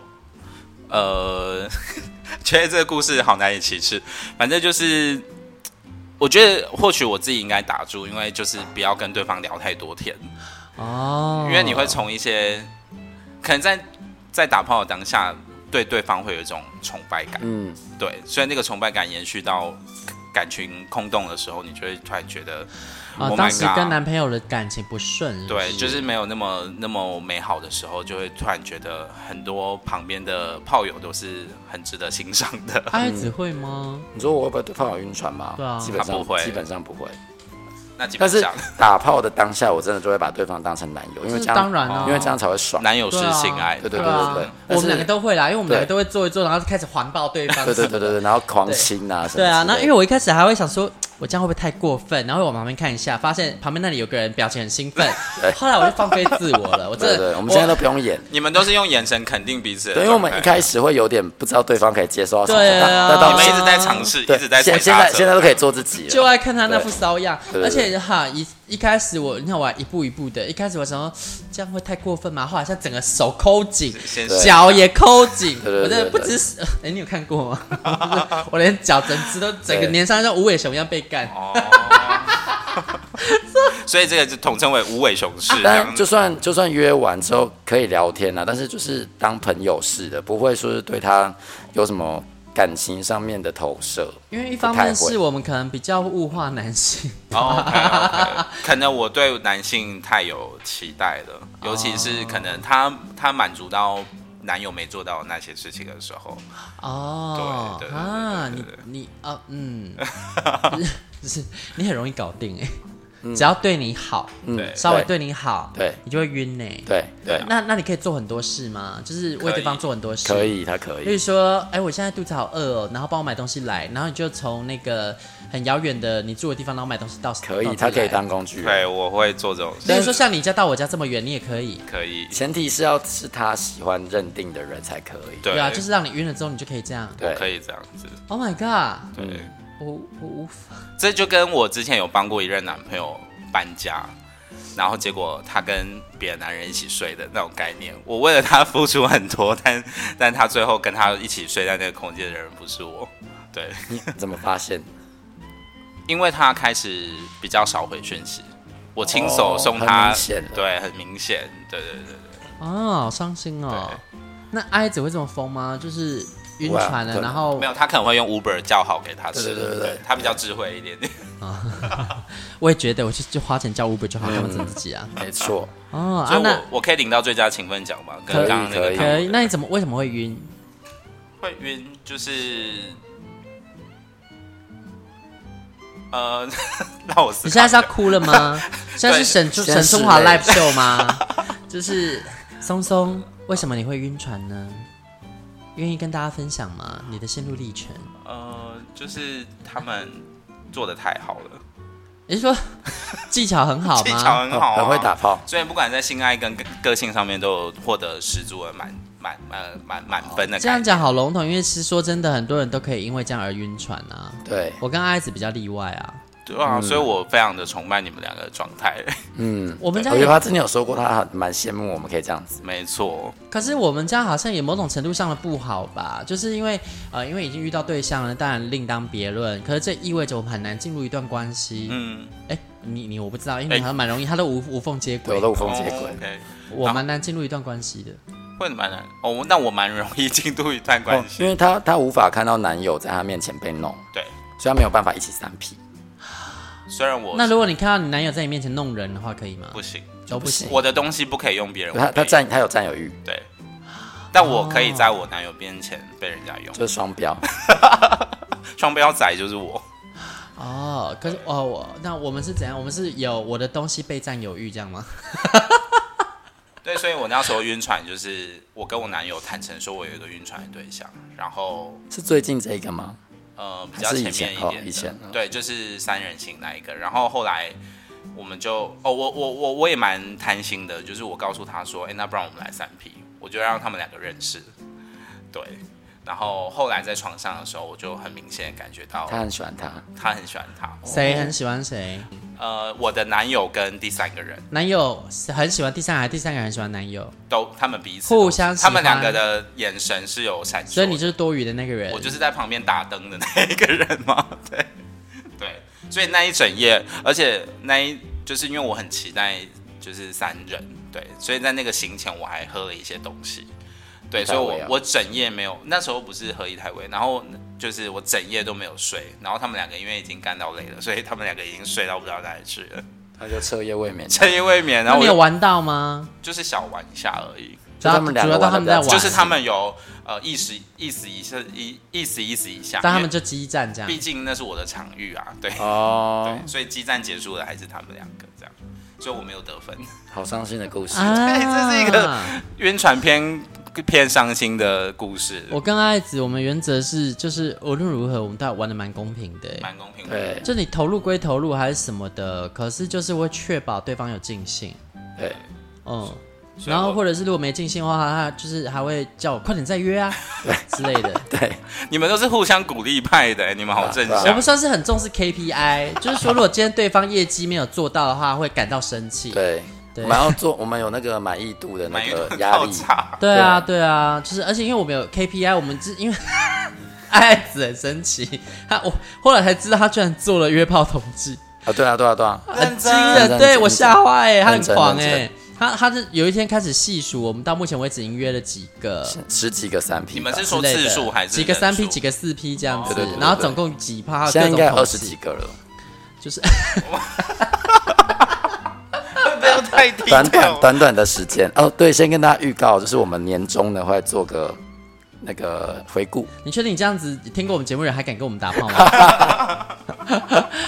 [SPEAKER 3] 呃， 觉得这个故事好难以启齿，反正就是。我觉得或许我自己应该打住，因为就是不要跟对方聊太多天，
[SPEAKER 1] 哦，
[SPEAKER 3] 嗯因为你会从一些可能在在打炮的当下，对对方会有一种崇拜感，
[SPEAKER 2] 嗯，
[SPEAKER 3] 对，所以那个崇拜感延续到感情空洞的时候，你就会突然觉得，
[SPEAKER 1] 啊、
[SPEAKER 3] Oh my
[SPEAKER 1] 当时
[SPEAKER 3] God
[SPEAKER 1] 跟男朋友的感情不顺，不
[SPEAKER 3] 对，就是没有那么那么美好的时候，就会突然觉得很多旁边的炮友都是很值得欣赏的。
[SPEAKER 1] 爱子会吗？
[SPEAKER 2] 你说我会不会对炮友晕船吗？
[SPEAKER 1] 对啊
[SPEAKER 2] 基本
[SPEAKER 3] 他
[SPEAKER 2] 上
[SPEAKER 3] 不会
[SPEAKER 2] 基本上不会。
[SPEAKER 3] 那基本
[SPEAKER 2] 但是
[SPEAKER 3] 上，
[SPEAKER 2] 打炮的当下，我真的就会把对方当成男友，因为
[SPEAKER 1] 这
[SPEAKER 2] 这
[SPEAKER 1] 是
[SPEAKER 2] 样
[SPEAKER 1] 当然啊
[SPEAKER 2] 因为这样才会爽。
[SPEAKER 3] 男友是性爱，
[SPEAKER 2] 对对对
[SPEAKER 1] 啊
[SPEAKER 2] 对对，
[SPEAKER 1] 我
[SPEAKER 2] 但
[SPEAKER 1] 们
[SPEAKER 2] 是
[SPEAKER 1] 两个都会啦，因为我们
[SPEAKER 2] 对
[SPEAKER 1] 两个都会做一做，然后就开始环抱对方。
[SPEAKER 2] 对对对对对，然后狂亲啊什么之类
[SPEAKER 1] 对
[SPEAKER 2] 的。
[SPEAKER 1] 啊，那因为我一开始还会想说，我这样会不会太过分？然后往旁边看一下，发现旁边那里有个人表情很 兴奋，后来我就放飞自我了。我真
[SPEAKER 2] 对
[SPEAKER 1] 的，
[SPEAKER 2] 对，我们现在都不用演。
[SPEAKER 3] 你们都是用眼神肯定彼此的
[SPEAKER 2] 对，
[SPEAKER 3] 状态。
[SPEAKER 2] 因为我们一开始会有点不知道对方可以接受到什么，
[SPEAKER 1] 对啊
[SPEAKER 2] 那那到
[SPEAKER 3] 你们一直在
[SPEAKER 1] 啊
[SPEAKER 3] 尝试，一
[SPEAKER 2] 对，
[SPEAKER 3] 直在踩
[SPEAKER 2] 现现
[SPEAKER 3] 刹
[SPEAKER 2] 在现在
[SPEAKER 3] 车。
[SPEAKER 2] 都可以做自己了，
[SPEAKER 1] 就爱看他那副骚样，
[SPEAKER 2] 对
[SPEAKER 1] 而
[SPEAKER 2] 对对
[SPEAKER 1] 且哈一一开始我你看我还一步一步的，一开始我想说这样会太过分嘛，后来像整个手抠紧，
[SPEAKER 3] 先
[SPEAKER 1] 脚也抠紧，
[SPEAKER 2] 对对对
[SPEAKER 1] 我真的
[SPEAKER 2] 对
[SPEAKER 1] 不
[SPEAKER 2] 对
[SPEAKER 1] 只是，哎，你有看过吗？ 我连脚整只都整个
[SPEAKER 2] 对
[SPEAKER 1] 粘上，像无尾熊一样被干。
[SPEAKER 3] 哦，所以这个就统称为无尾熊
[SPEAKER 1] 啊
[SPEAKER 3] 式。这
[SPEAKER 2] 但
[SPEAKER 3] 样
[SPEAKER 2] 就算就算约完之后可以聊天啊，但是就是当朋友似的，不会说是对他有什么感情上面的投射。
[SPEAKER 1] 因为一方面
[SPEAKER 2] 不太会
[SPEAKER 1] 是我们可能比较物化男性，
[SPEAKER 3] 哦，OK，OK，可 能我对男性太有期待了，
[SPEAKER 1] 哦
[SPEAKER 3] 尤其是可能他他满足到男友没做到的那些事情的时候，
[SPEAKER 1] 哦，
[SPEAKER 3] 对对对对
[SPEAKER 1] 啊，
[SPEAKER 3] 对
[SPEAKER 1] 你
[SPEAKER 3] 对对
[SPEAKER 1] 你啊，嗯， 就是 你很容易搞定哎、只要对你好，
[SPEAKER 3] 对
[SPEAKER 1] 稍微对你好，
[SPEAKER 2] 嗯对
[SPEAKER 1] 你就会晕呢、欸
[SPEAKER 2] 对对，
[SPEAKER 1] 那那你可以做很多事吗？就是为对方做很多事，
[SPEAKER 2] 可。以，他可
[SPEAKER 1] 例如
[SPEAKER 2] 以，
[SPEAKER 1] 说，哎、我现在肚子好饿哦，然后帮我买东西来，然后你就从那个很遥远的你住的地方，然后买东西到
[SPEAKER 2] 可
[SPEAKER 1] 到
[SPEAKER 2] 以，
[SPEAKER 1] 这
[SPEAKER 2] 他可以
[SPEAKER 1] 来
[SPEAKER 2] 当工具人。
[SPEAKER 3] 对我会做这种事，
[SPEAKER 1] 例如说，像你家到我家这么远，你也可以。
[SPEAKER 3] 可以，
[SPEAKER 2] 前提是要是他喜欢认定的人才可以。
[SPEAKER 3] 对
[SPEAKER 1] 对啊，就是让你晕了之后，你就可以这样。
[SPEAKER 3] 我可
[SPEAKER 2] 以，
[SPEAKER 3] 以这样子，
[SPEAKER 1] Oh my god！
[SPEAKER 3] 对，
[SPEAKER 1] 我我无法。
[SPEAKER 3] 这就跟我之前有帮过一任男朋友搬家。然后结果他跟别的男人一起睡的那种概念，我为了他付出很多，但但他最后跟他一起睡在那个空间的人不是我，对，
[SPEAKER 2] 你怎么发现？
[SPEAKER 3] 因为他开始比较少回讯息，我亲手送
[SPEAKER 2] 哦很
[SPEAKER 3] 他，
[SPEAKER 2] 明显了
[SPEAKER 3] 对，很明显，对对对对，
[SPEAKER 1] 哦啊、好伤心哦。那爱子会这么疯吗？就是晕船了，
[SPEAKER 2] 对
[SPEAKER 1] 然后
[SPEAKER 3] 没有，他可能会用 Uber 叫好给他吃，
[SPEAKER 2] 对对对对对
[SPEAKER 3] 他比较智慧一点点。
[SPEAKER 1] 我也觉得我就就花钱叫 Uber 就好，干嘛整自己啊？
[SPEAKER 2] 没错，
[SPEAKER 1] 哦，
[SPEAKER 3] 嗯所
[SPEAKER 1] 啊
[SPEAKER 3] 以
[SPEAKER 1] 那
[SPEAKER 3] 我我可以领到最佳勤奋奖吗？跟
[SPEAKER 1] 可以
[SPEAKER 3] 刚刚那
[SPEAKER 2] 可
[SPEAKER 3] 个
[SPEAKER 2] 以
[SPEAKER 3] 汤
[SPEAKER 1] 可以，那你怎么为什么会 晕？
[SPEAKER 3] 会晕，就是呃， 让我思
[SPEAKER 1] 你
[SPEAKER 3] 考
[SPEAKER 1] 现在
[SPEAKER 3] 一
[SPEAKER 1] 是要
[SPEAKER 3] 下。
[SPEAKER 1] 哭了吗？现在是沈
[SPEAKER 2] 现在
[SPEAKER 1] 沈
[SPEAKER 2] 是
[SPEAKER 1] 中华
[SPEAKER 2] 嘞
[SPEAKER 1] live show 吗？就是松松，为什么你会晕船呢？愿意跟大家分享吗？你的心路历程？
[SPEAKER 3] 呃，就是他们做的太好了，
[SPEAKER 1] 你是说技巧很好
[SPEAKER 3] 技巧
[SPEAKER 1] 吗？
[SPEAKER 3] 很好、啊，
[SPEAKER 2] 很会打炮，
[SPEAKER 3] 所以不管在性爱跟个性上面，都有获得十足的满满呃满满分的
[SPEAKER 1] 这样
[SPEAKER 3] 感觉。
[SPEAKER 1] 讲好笼统，因为是说真的，很多人都可以因为这样而晕船啊。
[SPEAKER 2] 对，
[SPEAKER 1] 我跟阿子比较例外啊，
[SPEAKER 3] 对啊，所以我非常的崇拜你们两个的状态。
[SPEAKER 2] 嗯，
[SPEAKER 1] 我们家
[SPEAKER 2] 我觉得
[SPEAKER 1] 也，
[SPEAKER 2] 他之前有说过，他很蛮羡慕我们可以这样子，
[SPEAKER 3] 没错，
[SPEAKER 1] 可是我们家好像也某种程度上的不好吧，就是因为呃，因为已经遇到对象了，当然另当别论。可是这意味着我们很难进入一段关系。
[SPEAKER 3] 嗯，
[SPEAKER 1] 哎、你你我不知道，因为
[SPEAKER 3] 哎
[SPEAKER 1] 好像蛮容易，他都无无缝接
[SPEAKER 2] 对，
[SPEAKER 1] 轨
[SPEAKER 2] 我，都无缝接
[SPEAKER 3] 哦
[SPEAKER 2] 轨，
[SPEAKER 3] ，OK
[SPEAKER 1] 我蛮难进入一段关系的。
[SPEAKER 3] 会蛮难哦，那我蛮容易进入一段
[SPEAKER 2] 哦
[SPEAKER 3] 关，系。
[SPEAKER 2] 因为他他无法看到男友在他面前被弄，
[SPEAKER 3] 对，
[SPEAKER 2] 所以他没有办法一起三 P，
[SPEAKER 3] 虽然我
[SPEAKER 1] 那如果你看到你男友在你面前弄人的话，可以吗？
[SPEAKER 3] 不行，
[SPEAKER 1] 都不行。
[SPEAKER 3] 我的东西不可以用别人，
[SPEAKER 2] 他
[SPEAKER 3] 我可
[SPEAKER 2] 他
[SPEAKER 3] 以
[SPEAKER 2] 占他有占有欲，
[SPEAKER 3] 对，但我可以在我男友面前被人家用，
[SPEAKER 2] 就是双标，
[SPEAKER 3] 哦双标仔就是我。
[SPEAKER 1] 哦，可是哦，我那我们是怎样？我们是有我的东西被占有欲这样吗？
[SPEAKER 3] 对，所以我那时候晕船，就是我跟我男友坦诚说，我有一个晕船的对象，然后
[SPEAKER 2] 是最近这个吗？
[SPEAKER 3] 呃比较
[SPEAKER 2] 还是以
[SPEAKER 3] 前面
[SPEAKER 2] 前
[SPEAKER 3] 一
[SPEAKER 2] 哦
[SPEAKER 3] 点的，
[SPEAKER 2] 以前哦
[SPEAKER 3] 对，就是三人行那一个，然后后来。我们就哦，我我我我也蛮贪心的，就是我告诉他说，哎、那不然我们来三 P，我就让他们两个认识，对。然后后来在床上的时候，我就很明显地感觉到
[SPEAKER 2] 他很喜欢他，
[SPEAKER 3] 他很喜欢他，
[SPEAKER 1] 谁很喜欢谁？
[SPEAKER 3] 呃，我的男友跟第三个人
[SPEAKER 1] 男友是很喜欢第三个，还是第三个很喜欢男友？
[SPEAKER 3] 都，他们彼此都
[SPEAKER 1] 互相喜
[SPEAKER 3] 他
[SPEAKER 1] 欢
[SPEAKER 3] 们两个的眼神是有闪烁的，
[SPEAKER 1] 所以你就是多余的那个人。
[SPEAKER 3] 我就是在旁边打灯的那一个人嘛， 对对，所以那一整夜，而且那一就是因为我很期待就是三人，对，所以在那个行前我还喝了一些东西，对，
[SPEAKER 2] 一
[SPEAKER 3] 所
[SPEAKER 2] 台
[SPEAKER 3] 以
[SPEAKER 2] 威
[SPEAKER 3] 我
[SPEAKER 2] 啊
[SPEAKER 3] 我整夜没有，那时候不是喝一台威，然后就是我整夜都没有睡，然后他们两个因为已经干到累了，所以他们两个已经睡到不知道哪里去了，
[SPEAKER 2] 他就彻夜未眠，
[SPEAKER 3] 彻夜未眠，
[SPEAKER 1] 那
[SPEAKER 3] 然后
[SPEAKER 1] 你
[SPEAKER 3] 我
[SPEAKER 1] 有玩到吗？
[SPEAKER 3] 就是小玩一下而已，
[SPEAKER 1] 主要
[SPEAKER 2] 他们两
[SPEAKER 1] 主
[SPEAKER 2] 个
[SPEAKER 1] 要到他
[SPEAKER 2] 玩
[SPEAKER 1] 们
[SPEAKER 2] 得
[SPEAKER 1] 在
[SPEAKER 2] 比
[SPEAKER 1] 玩，
[SPEAKER 2] 较
[SPEAKER 3] 就是他们有呃意识意思一下意意思意思一下，
[SPEAKER 1] 但他
[SPEAKER 3] 因
[SPEAKER 1] 们
[SPEAKER 3] 为
[SPEAKER 1] 就激战这样
[SPEAKER 3] 毕。竟那是我的场域啊，对、
[SPEAKER 2] 哦
[SPEAKER 3] 对，，所以激战结束的还是他们两个这样，所以我没有得分，
[SPEAKER 2] 好伤心的故事，
[SPEAKER 1] 啊
[SPEAKER 3] 对这是一个晕船偏偏伤心的故事，
[SPEAKER 1] 我跟爱子，我们原则是，就是无论如何，我们都要玩的蛮公平的、
[SPEAKER 3] 蛮公平的
[SPEAKER 2] 对，
[SPEAKER 1] 就你投入归投入，还是什么的，可是就是会确保对方有尽兴，
[SPEAKER 2] 对，
[SPEAKER 1] 嗯，
[SPEAKER 3] 所以
[SPEAKER 1] 然后
[SPEAKER 3] 我
[SPEAKER 1] 或者是如果没尽兴的话，他就是还会叫我快点再约 啊之类的。
[SPEAKER 2] 对，
[SPEAKER 3] 你们都是互相鼓励派的、你们好正
[SPEAKER 2] 对啊
[SPEAKER 1] 我
[SPEAKER 3] 向
[SPEAKER 1] 们。算是很重视 KPI，就是说如果今天对方业绩没有做到的话，会感到生气。
[SPEAKER 2] 对，
[SPEAKER 1] 对
[SPEAKER 2] 我们要做，我们有那个满意度的
[SPEAKER 3] 满
[SPEAKER 2] 那
[SPEAKER 3] 意
[SPEAKER 2] 个
[SPEAKER 3] 度
[SPEAKER 2] 压
[SPEAKER 3] 好
[SPEAKER 2] 力，
[SPEAKER 3] 差，
[SPEAKER 1] 对啊，对啊，就是而且因为我们有 KPI，我们是因为爱子很神奇，他我后来才知道他居然做了约炮统计，
[SPEAKER 2] 啊，对啊，对啊，对啊，
[SPEAKER 1] 很惊
[SPEAKER 2] 认
[SPEAKER 1] 人，
[SPEAKER 2] 真
[SPEAKER 1] 对我吓坏欸，他很
[SPEAKER 2] 认真
[SPEAKER 1] 狂哎、
[SPEAKER 2] 认真
[SPEAKER 1] 他他是有一天开始细数，我们到目前为止已经约了几个。
[SPEAKER 2] 十几个三 P，
[SPEAKER 3] 你们是
[SPEAKER 1] 之
[SPEAKER 3] 说
[SPEAKER 1] 类的
[SPEAKER 3] 次数还是
[SPEAKER 1] 几个三 P
[SPEAKER 3] 人数
[SPEAKER 1] 几个四 P 这样子，
[SPEAKER 2] 哦对对对对
[SPEAKER 1] 然后总共几趴，
[SPEAKER 2] 现在应该有
[SPEAKER 1] 各种
[SPEAKER 2] 二
[SPEAKER 1] 统
[SPEAKER 2] 十
[SPEAKER 1] 计
[SPEAKER 2] 几，个了，
[SPEAKER 1] 就是
[SPEAKER 3] 不要太低
[SPEAKER 2] 短
[SPEAKER 3] 调
[SPEAKER 2] 短。短短的时间哦。对，先跟大家预告，就是我们年终呢会做个那个回顾，
[SPEAKER 1] 你确定你这样子听过我们节目的人还敢跟我们打炮 吗？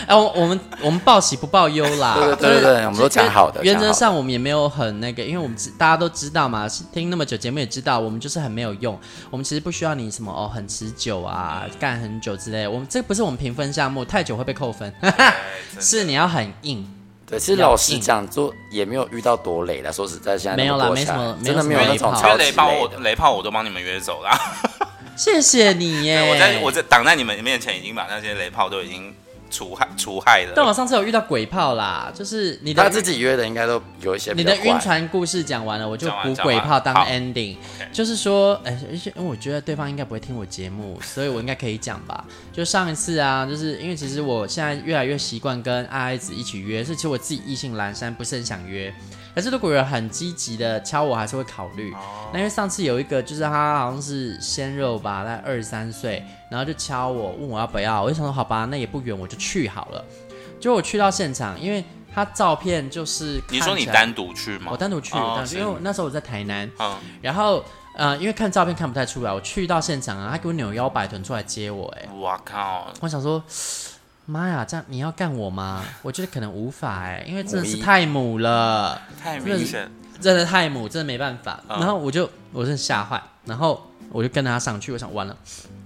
[SPEAKER 1] 哎，我我们我们报喜不报忧啦。
[SPEAKER 2] 对对
[SPEAKER 1] 就
[SPEAKER 2] 啊对
[SPEAKER 1] 是
[SPEAKER 2] 对对我们都讲好的
[SPEAKER 1] 原
[SPEAKER 2] 讲好
[SPEAKER 1] 则
[SPEAKER 2] 的
[SPEAKER 1] 上我们也没有很那个，因为我们知大家都知道嘛，是听那么久节目也知道，我们就是很没有用。我们其实不需要你什么哦，很持久啊，干很久之类的。我们这不是我们评分项目，太久会被扣分。
[SPEAKER 3] 哎
[SPEAKER 1] 是你要很硬，
[SPEAKER 2] 对，其实老实讲，做也没有遇到多累的，说实在，现在
[SPEAKER 1] 没有啦
[SPEAKER 2] 那么多下来
[SPEAKER 1] 没什么
[SPEAKER 2] 真的
[SPEAKER 1] 没
[SPEAKER 2] 没
[SPEAKER 1] 有
[SPEAKER 2] 有
[SPEAKER 1] 什么
[SPEAKER 2] 那种
[SPEAKER 1] 累炮
[SPEAKER 3] 因为
[SPEAKER 2] 超级
[SPEAKER 3] 雷炮我
[SPEAKER 2] 累的。
[SPEAKER 3] 雷炮我都帮你们约走啦。
[SPEAKER 1] 谢谢你耶。
[SPEAKER 3] 我在我在挡在你们面前，已经把那些雷炮都已经除害除害了。
[SPEAKER 1] 但我上次有遇到鬼炮啦，就是你的
[SPEAKER 2] 他自己约的应该都有一些
[SPEAKER 1] 你
[SPEAKER 2] 比较
[SPEAKER 1] 的
[SPEAKER 2] 怪
[SPEAKER 1] 晕船故事讲完了，我就
[SPEAKER 3] 讲完
[SPEAKER 1] 补
[SPEAKER 3] 讲
[SPEAKER 1] 鬼
[SPEAKER 3] 完
[SPEAKER 1] 炮当
[SPEAKER 3] 好
[SPEAKER 1] ending，就是说，哎、而且因为我觉得对方应该不会听我节目，所以我应该可以讲吧。就上一次啊，就是因为其实我现在越来越习惯跟爱爱子一起约，所以其实我自己意兴阑珊，不是很想约。可是如果有很积极的敲我，还是会考虑。
[SPEAKER 3] 哦
[SPEAKER 1] 那因为上次有一个就是他好像是鲜肉吧，大概二十三岁，然后就敲我问我要不要，我就想说好吧，那也不远，我就去好了。结果我去到现场，因为他照片就是
[SPEAKER 3] 你说
[SPEAKER 1] 看
[SPEAKER 3] 你
[SPEAKER 1] 起来
[SPEAKER 3] 单独去吗？
[SPEAKER 1] 我单独去，
[SPEAKER 3] 哦
[SPEAKER 1] 我单独去因为我那时候我在台南，
[SPEAKER 3] 嗯，
[SPEAKER 1] 然后呃，因为看照片看不太出来，我去到现场啊，他给我扭腰摆臀出来接我、哎，
[SPEAKER 3] 嗯哇靠！
[SPEAKER 1] 我想说，妈呀，这样你要干我吗？我觉得可能无法哎、因为真的是
[SPEAKER 2] 母一
[SPEAKER 1] 太母了，
[SPEAKER 3] 太明显，
[SPEAKER 1] 真的太母，真的没办法。
[SPEAKER 3] 嗯
[SPEAKER 1] 然后我就我真的吓坏，然后我就跟着他上去，我想完了，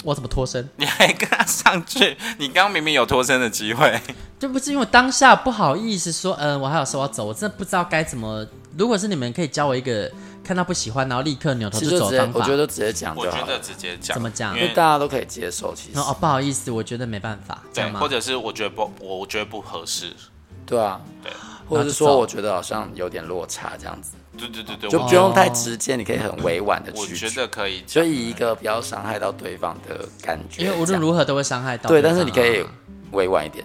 [SPEAKER 1] 我怎么脱身？
[SPEAKER 3] 你还跟他上 去？你刚刚明明有脱身的机会，
[SPEAKER 1] 就不是因为我当下不好意思说，嗯、我还有事我要走，我真的不知道该怎么。如果是你们，可以教我一个看到不喜欢，然后立刻扭头
[SPEAKER 2] 其实
[SPEAKER 1] 就走
[SPEAKER 2] 就直
[SPEAKER 1] 的
[SPEAKER 2] 接
[SPEAKER 1] 方，法。
[SPEAKER 2] 我觉得直接讲
[SPEAKER 3] 我
[SPEAKER 2] 就
[SPEAKER 3] 觉
[SPEAKER 2] 好
[SPEAKER 3] 得
[SPEAKER 2] 了，
[SPEAKER 3] 直接讲
[SPEAKER 1] 怎么讲
[SPEAKER 3] 因
[SPEAKER 2] 因为
[SPEAKER 3] 为
[SPEAKER 2] 大家都可以接受。其实
[SPEAKER 1] 然，后哦，不好意思，我觉得没办法，这
[SPEAKER 3] 对
[SPEAKER 1] 样，吗？
[SPEAKER 3] 或者是我觉得不，我觉得不合适。
[SPEAKER 2] 对啊，
[SPEAKER 3] 对
[SPEAKER 2] 或
[SPEAKER 1] 然后
[SPEAKER 2] 者是
[SPEAKER 1] 就
[SPEAKER 2] 说
[SPEAKER 1] 走哦
[SPEAKER 2] 我觉得好像有点落差这样子，
[SPEAKER 3] 对对对对，
[SPEAKER 2] 就
[SPEAKER 3] 我
[SPEAKER 2] 不用太直接，你可以很委婉的
[SPEAKER 3] 我
[SPEAKER 2] 拒
[SPEAKER 3] 觉
[SPEAKER 2] 绝，
[SPEAKER 3] 得可以
[SPEAKER 2] 就
[SPEAKER 3] 讲。
[SPEAKER 2] 以一个不要伤害到对方的感觉这
[SPEAKER 1] 因
[SPEAKER 2] 样，
[SPEAKER 1] 为无论如何都会伤害到对
[SPEAKER 2] 对，但
[SPEAKER 1] 方啊、
[SPEAKER 2] 是你可以委婉一点。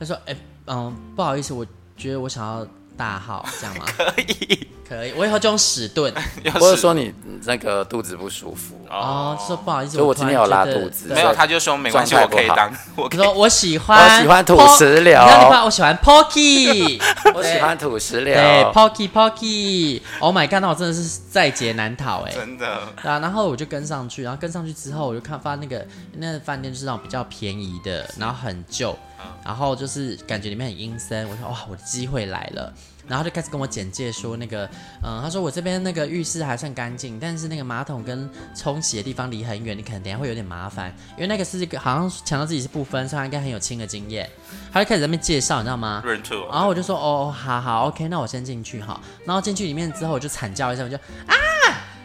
[SPEAKER 1] 他说：“哎、嗯，不好意思，我觉得我想要大 号，这样吗？
[SPEAKER 3] 可以，
[SPEAKER 1] 可以，我以后就用屎盾
[SPEAKER 3] 要
[SPEAKER 2] 或者
[SPEAKER 3] 是
[SPEAKER 2] 说你那个肚子不舒服，
[SPEAKER 1] 哦。就说不好意思，
[SPEAKER 2] 所以
[SPEAKER 1] 我
[SPEAKER 2] 我
[SPEAKER 1] 突然
[SPEAKER 2] 今天有拉
[SPEAKER 1] 觉得
[SPEAKER 2] 肚子
[SPEAKER 1] 对
[SPEAKER 3] 没有，他就说没关系，我
[SPEAKER 2] 状态不
[SPEAKER 3] 可以
[SPEAKER 2] 好
[SPEAKER 3] 当，我可
[SPEAKER 1] 你
[SPEAKER 3] 以
[SPEAKER 1] 说我喜欢，
[SPEAKER 2] 我喜欢土石榴
[SPEAKER 1] 你知道吗？我喜欢 Pocky，
[SPEAKER 2] 我喜欢土石
[SPEAKER 1] 对
[SPEAKER 2] 榴，
[SPEAKER 1] Pocky Pocky，Oh my god，那我真的是在劫难逃哎、
[SPEAKER 3] 真的
[SPEAKER 1] 对啊，然后我就跟上去，然后跟上去之后，我就看发现那个那个饭店就是那种比较便宜的，然后很旧，然后就是感觉里面很阴森。我说哇，我的机会来了，然后就开始跟我简介说那个，嗯，他说我这边那个浴室还算干净，但是那个马桶跟冲洗的地方离很远，你可能等一下会有点麻烦，因为那个是一个好像强调自己是不分，所以他应该很有亲的经验。他就开始在那边介绍，你知道吗？
[SPEAKER 3] 润兔
[SPEAKER 1] 然后我就说哦，好好，OK，那我先进去哈。然后进去里面之后，我就惨叫一声，我就啊，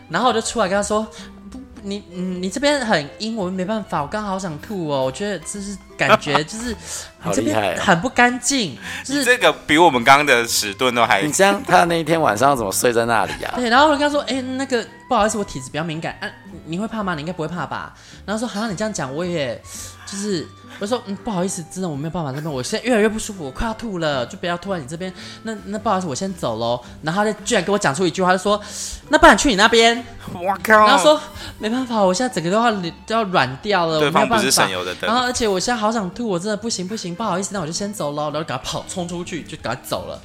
[SPEAKER 1] 然后我就出来跟他说，不，你嗯，你这边很阴，我没办法，我刚好好想吐哦，我觉得就是感 觉就是你
[SPEAKER 2] 好
[SPEAKER 1] 这
[SPEAKER 2] 厉害啊
[SPEAKER 1] 边很不干净，就
[SPEAKER 3] 你
[SPEAKER 1] 是。
[SPEAKER 3] 这个比我们刚刚的迟钝都还
[SPEAKER 2] 你这样他那一天晚上怎么睡在那里 啊？
[SPEAKER 1] 对，然后我就跟他说：“哎、那个不好意思，我体质比较敏感，啊，你你会怕吗？你应该不会怕吧？”然后说：“好、像你这样讲，我也就是，我说嗯，不好意思，真的我没有办法那边，我现在越来越不舒服，我快要吐了，就不要吐在你这边。那那不好意思，我先走喽。”然后他就居然跟我讲出一句话，他就说：“那不然去你那边。”
[SPEAKER 3] 我靠，
[SPEAKER 1] 然后说没办法，我现在整个都要都要软掉了，
[SPEAKER 3] 哦对
[SPEAKER 1] 我没有
[SPEAKER 3] 方不
[SPEAKER 1] 办
[SPEAKER 3] 是
[SPEAKER 1] 法
[SPEAKER 3] 省。油的灯
[SPEAKER 1] 然，后而且我现在好想吐，我真的不行不行，不好意思，那我就先走喽。然后赶快跑冲出去，就赶快走了。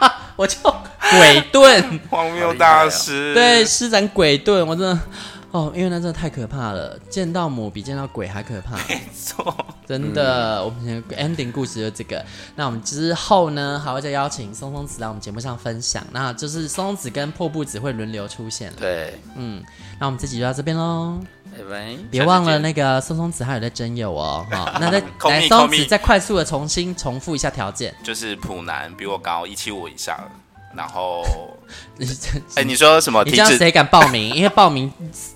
[SPEAKER 1] 我就鬼遁，
[SPEAKER 3] 荒谬大师，
[SPEAKER 1] 对，施展鬼遁，我真的哦，因为那真的太可怕了，见到母比见到鬼还 可怕。
[SPEAKER 3] 错，
[SPEAKER 1] 真的，我们的 ending 故事就是这个。那我们之后呢，还会再邀请松松子来我们节目上分享。那就是松松子跟破布子会轮流出现了。
[SPEAKER 2] 对，
[SPEAKER 1] 嗯，那我们这集就到这边喽。
[SPEAKER 2] 哎喂，
[SPEAKER 1] 别忘了那个松松子还有在征友哦，哈，那再
[SPEAKER 3] Call me,
[SPEAKER 1] 来松
[SPEAKER 3] call
[SPEAKER 1] 子
[SPEAKER 3] me
[SPEAKER 1] 再快速的重新重复一下条 件，
[SPEAKER 3] 就是普男比我高一七五以上，然后，
[SPEAKER 1] 你
[SPEAKER 3] 哎，你说什么？
[SPEAKER 1] 你
[SPEAKER 3] 体
[SPEAKER 1] 这样
[SPEAKER 3] 脂
[SPEAKER 1] 谁敢报 名？因为报名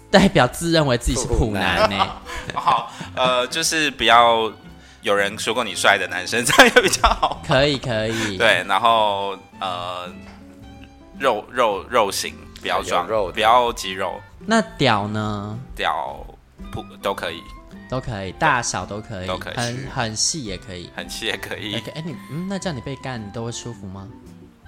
[SPEAKER 1] 代表自认为自己是欸普男呢、
[SPEAKER 3] 好，呃，就是比较有人说过你帅的男生，这样也比较好。
[SPEAKER 1] 可以可
[SPEAKER 2] 嗯
[SPEAKER 1] 以，，
[SPEAKER 3] 对，然后呃，肉肉肉型不要壮，
[SPEAKER 2] 有肉的
[SPEAKER 3] 不要肌肉，
[SPEAKER 1] 那屌呢
[SPEAKER 3] 屌不都可以，
[SPEAKER 1] 都可以，大小都可以，
[SPEAKER 3] 都可以
[SPEAKER 1] 很很细也可以。
[SPEAKER 3] 很细也可以
[SPEAKER 1] OK，，哎、你嗯，那这样你被干，你都会舒服吗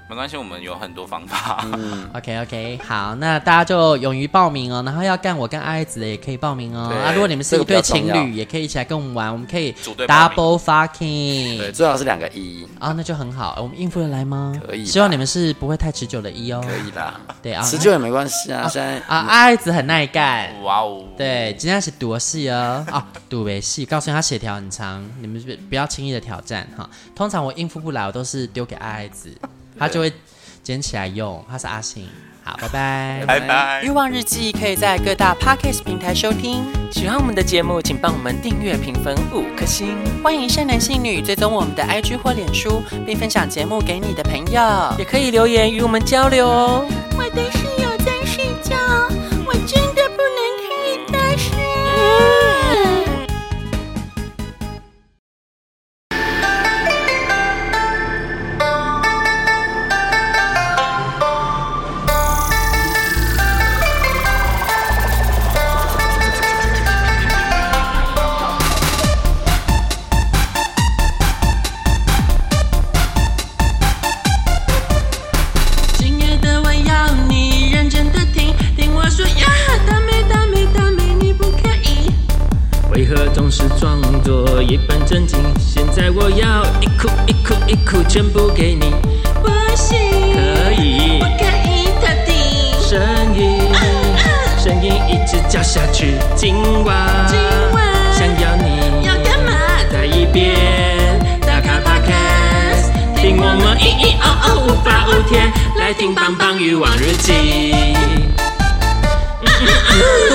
[SPEAKER 3] 没关系，我们有很多方法。
[SPEAKER 2] 嗯
[SPEAKER 1] ？OK OK，好，那大家就勇于报名哦，然后要干我跟阿爱子的也可以报名哦。
[SPEAKER 2] 对
[SPEAKER 1] 啊，如果你们是
[SPEAKER 2] 这
[SPEAKER 1] 一
[SPEAKER 2] 个比较
[SPEAKER 1] 对情
[SPEAKER 2] 重要
[SPEAKER 1] 侣，也可以一起来跟我们玩，我们可以
[SPEAKER 3] 组队报
[SPEAKER 1] double fucking。
[SPEAKER 2] 对，最好是两个一，
[SPEAKER 1] 啊，那就很好，呃我们应付得来吗？
[SPEAKER 2] 可以吧
[SPEAKER 1] 希望你们是不会太持久的一哦。
[SPEAKER 2] 可以啦，
[SPEAKER 1] 对 啊，
[SPEAKER 2] 持久也没关系啊，现在
[SPEAKER 1] 啊，爱子很耐干。
[SPEAKER 3] 哇哦，
[SPEAKER 1] 对，今天是多戏哦，啊，赌为戏，告诉你他血条很长，你们不要轻易的挑战哈。通常我应付不来，我都是丢给爱子，他就会捡起来用。他是阿信，好，拜拜。
[SPEAKER 3] 拜拜
[SPEAKER 4] 欲。望日记可以在各大 podcast 平台收听。喜欢我们的节目，请帮我们订阅、评分五颗星。欢迎善男信女追踪我们的 IG 或脸书，并分享节目给你的朋友，也可以留言与我们交流哦。
[SPEAKER 5] 我的室友在睡觉，我真的不能开大声。
[SPEAKER 1] 今一本正经。现在我要一哭一哭一哭全部给你，
[SPEAKER 6] 不行，
[SPEAKER 1] 可以
[SPEAKER 6] 不可以到底？
[SPEAKER 1] 声音，声音一直叫下去，今晚，
[SPEAKER 6] 今晚
[SPEAKER 1] 想要你，
[SPEAKER 6] 要干嘛？
[SPEAKER 1] 再一遍，打开 Podcast，听我们一一哦哦无法无天，来听棒棒与往日记。嗯嗯嗯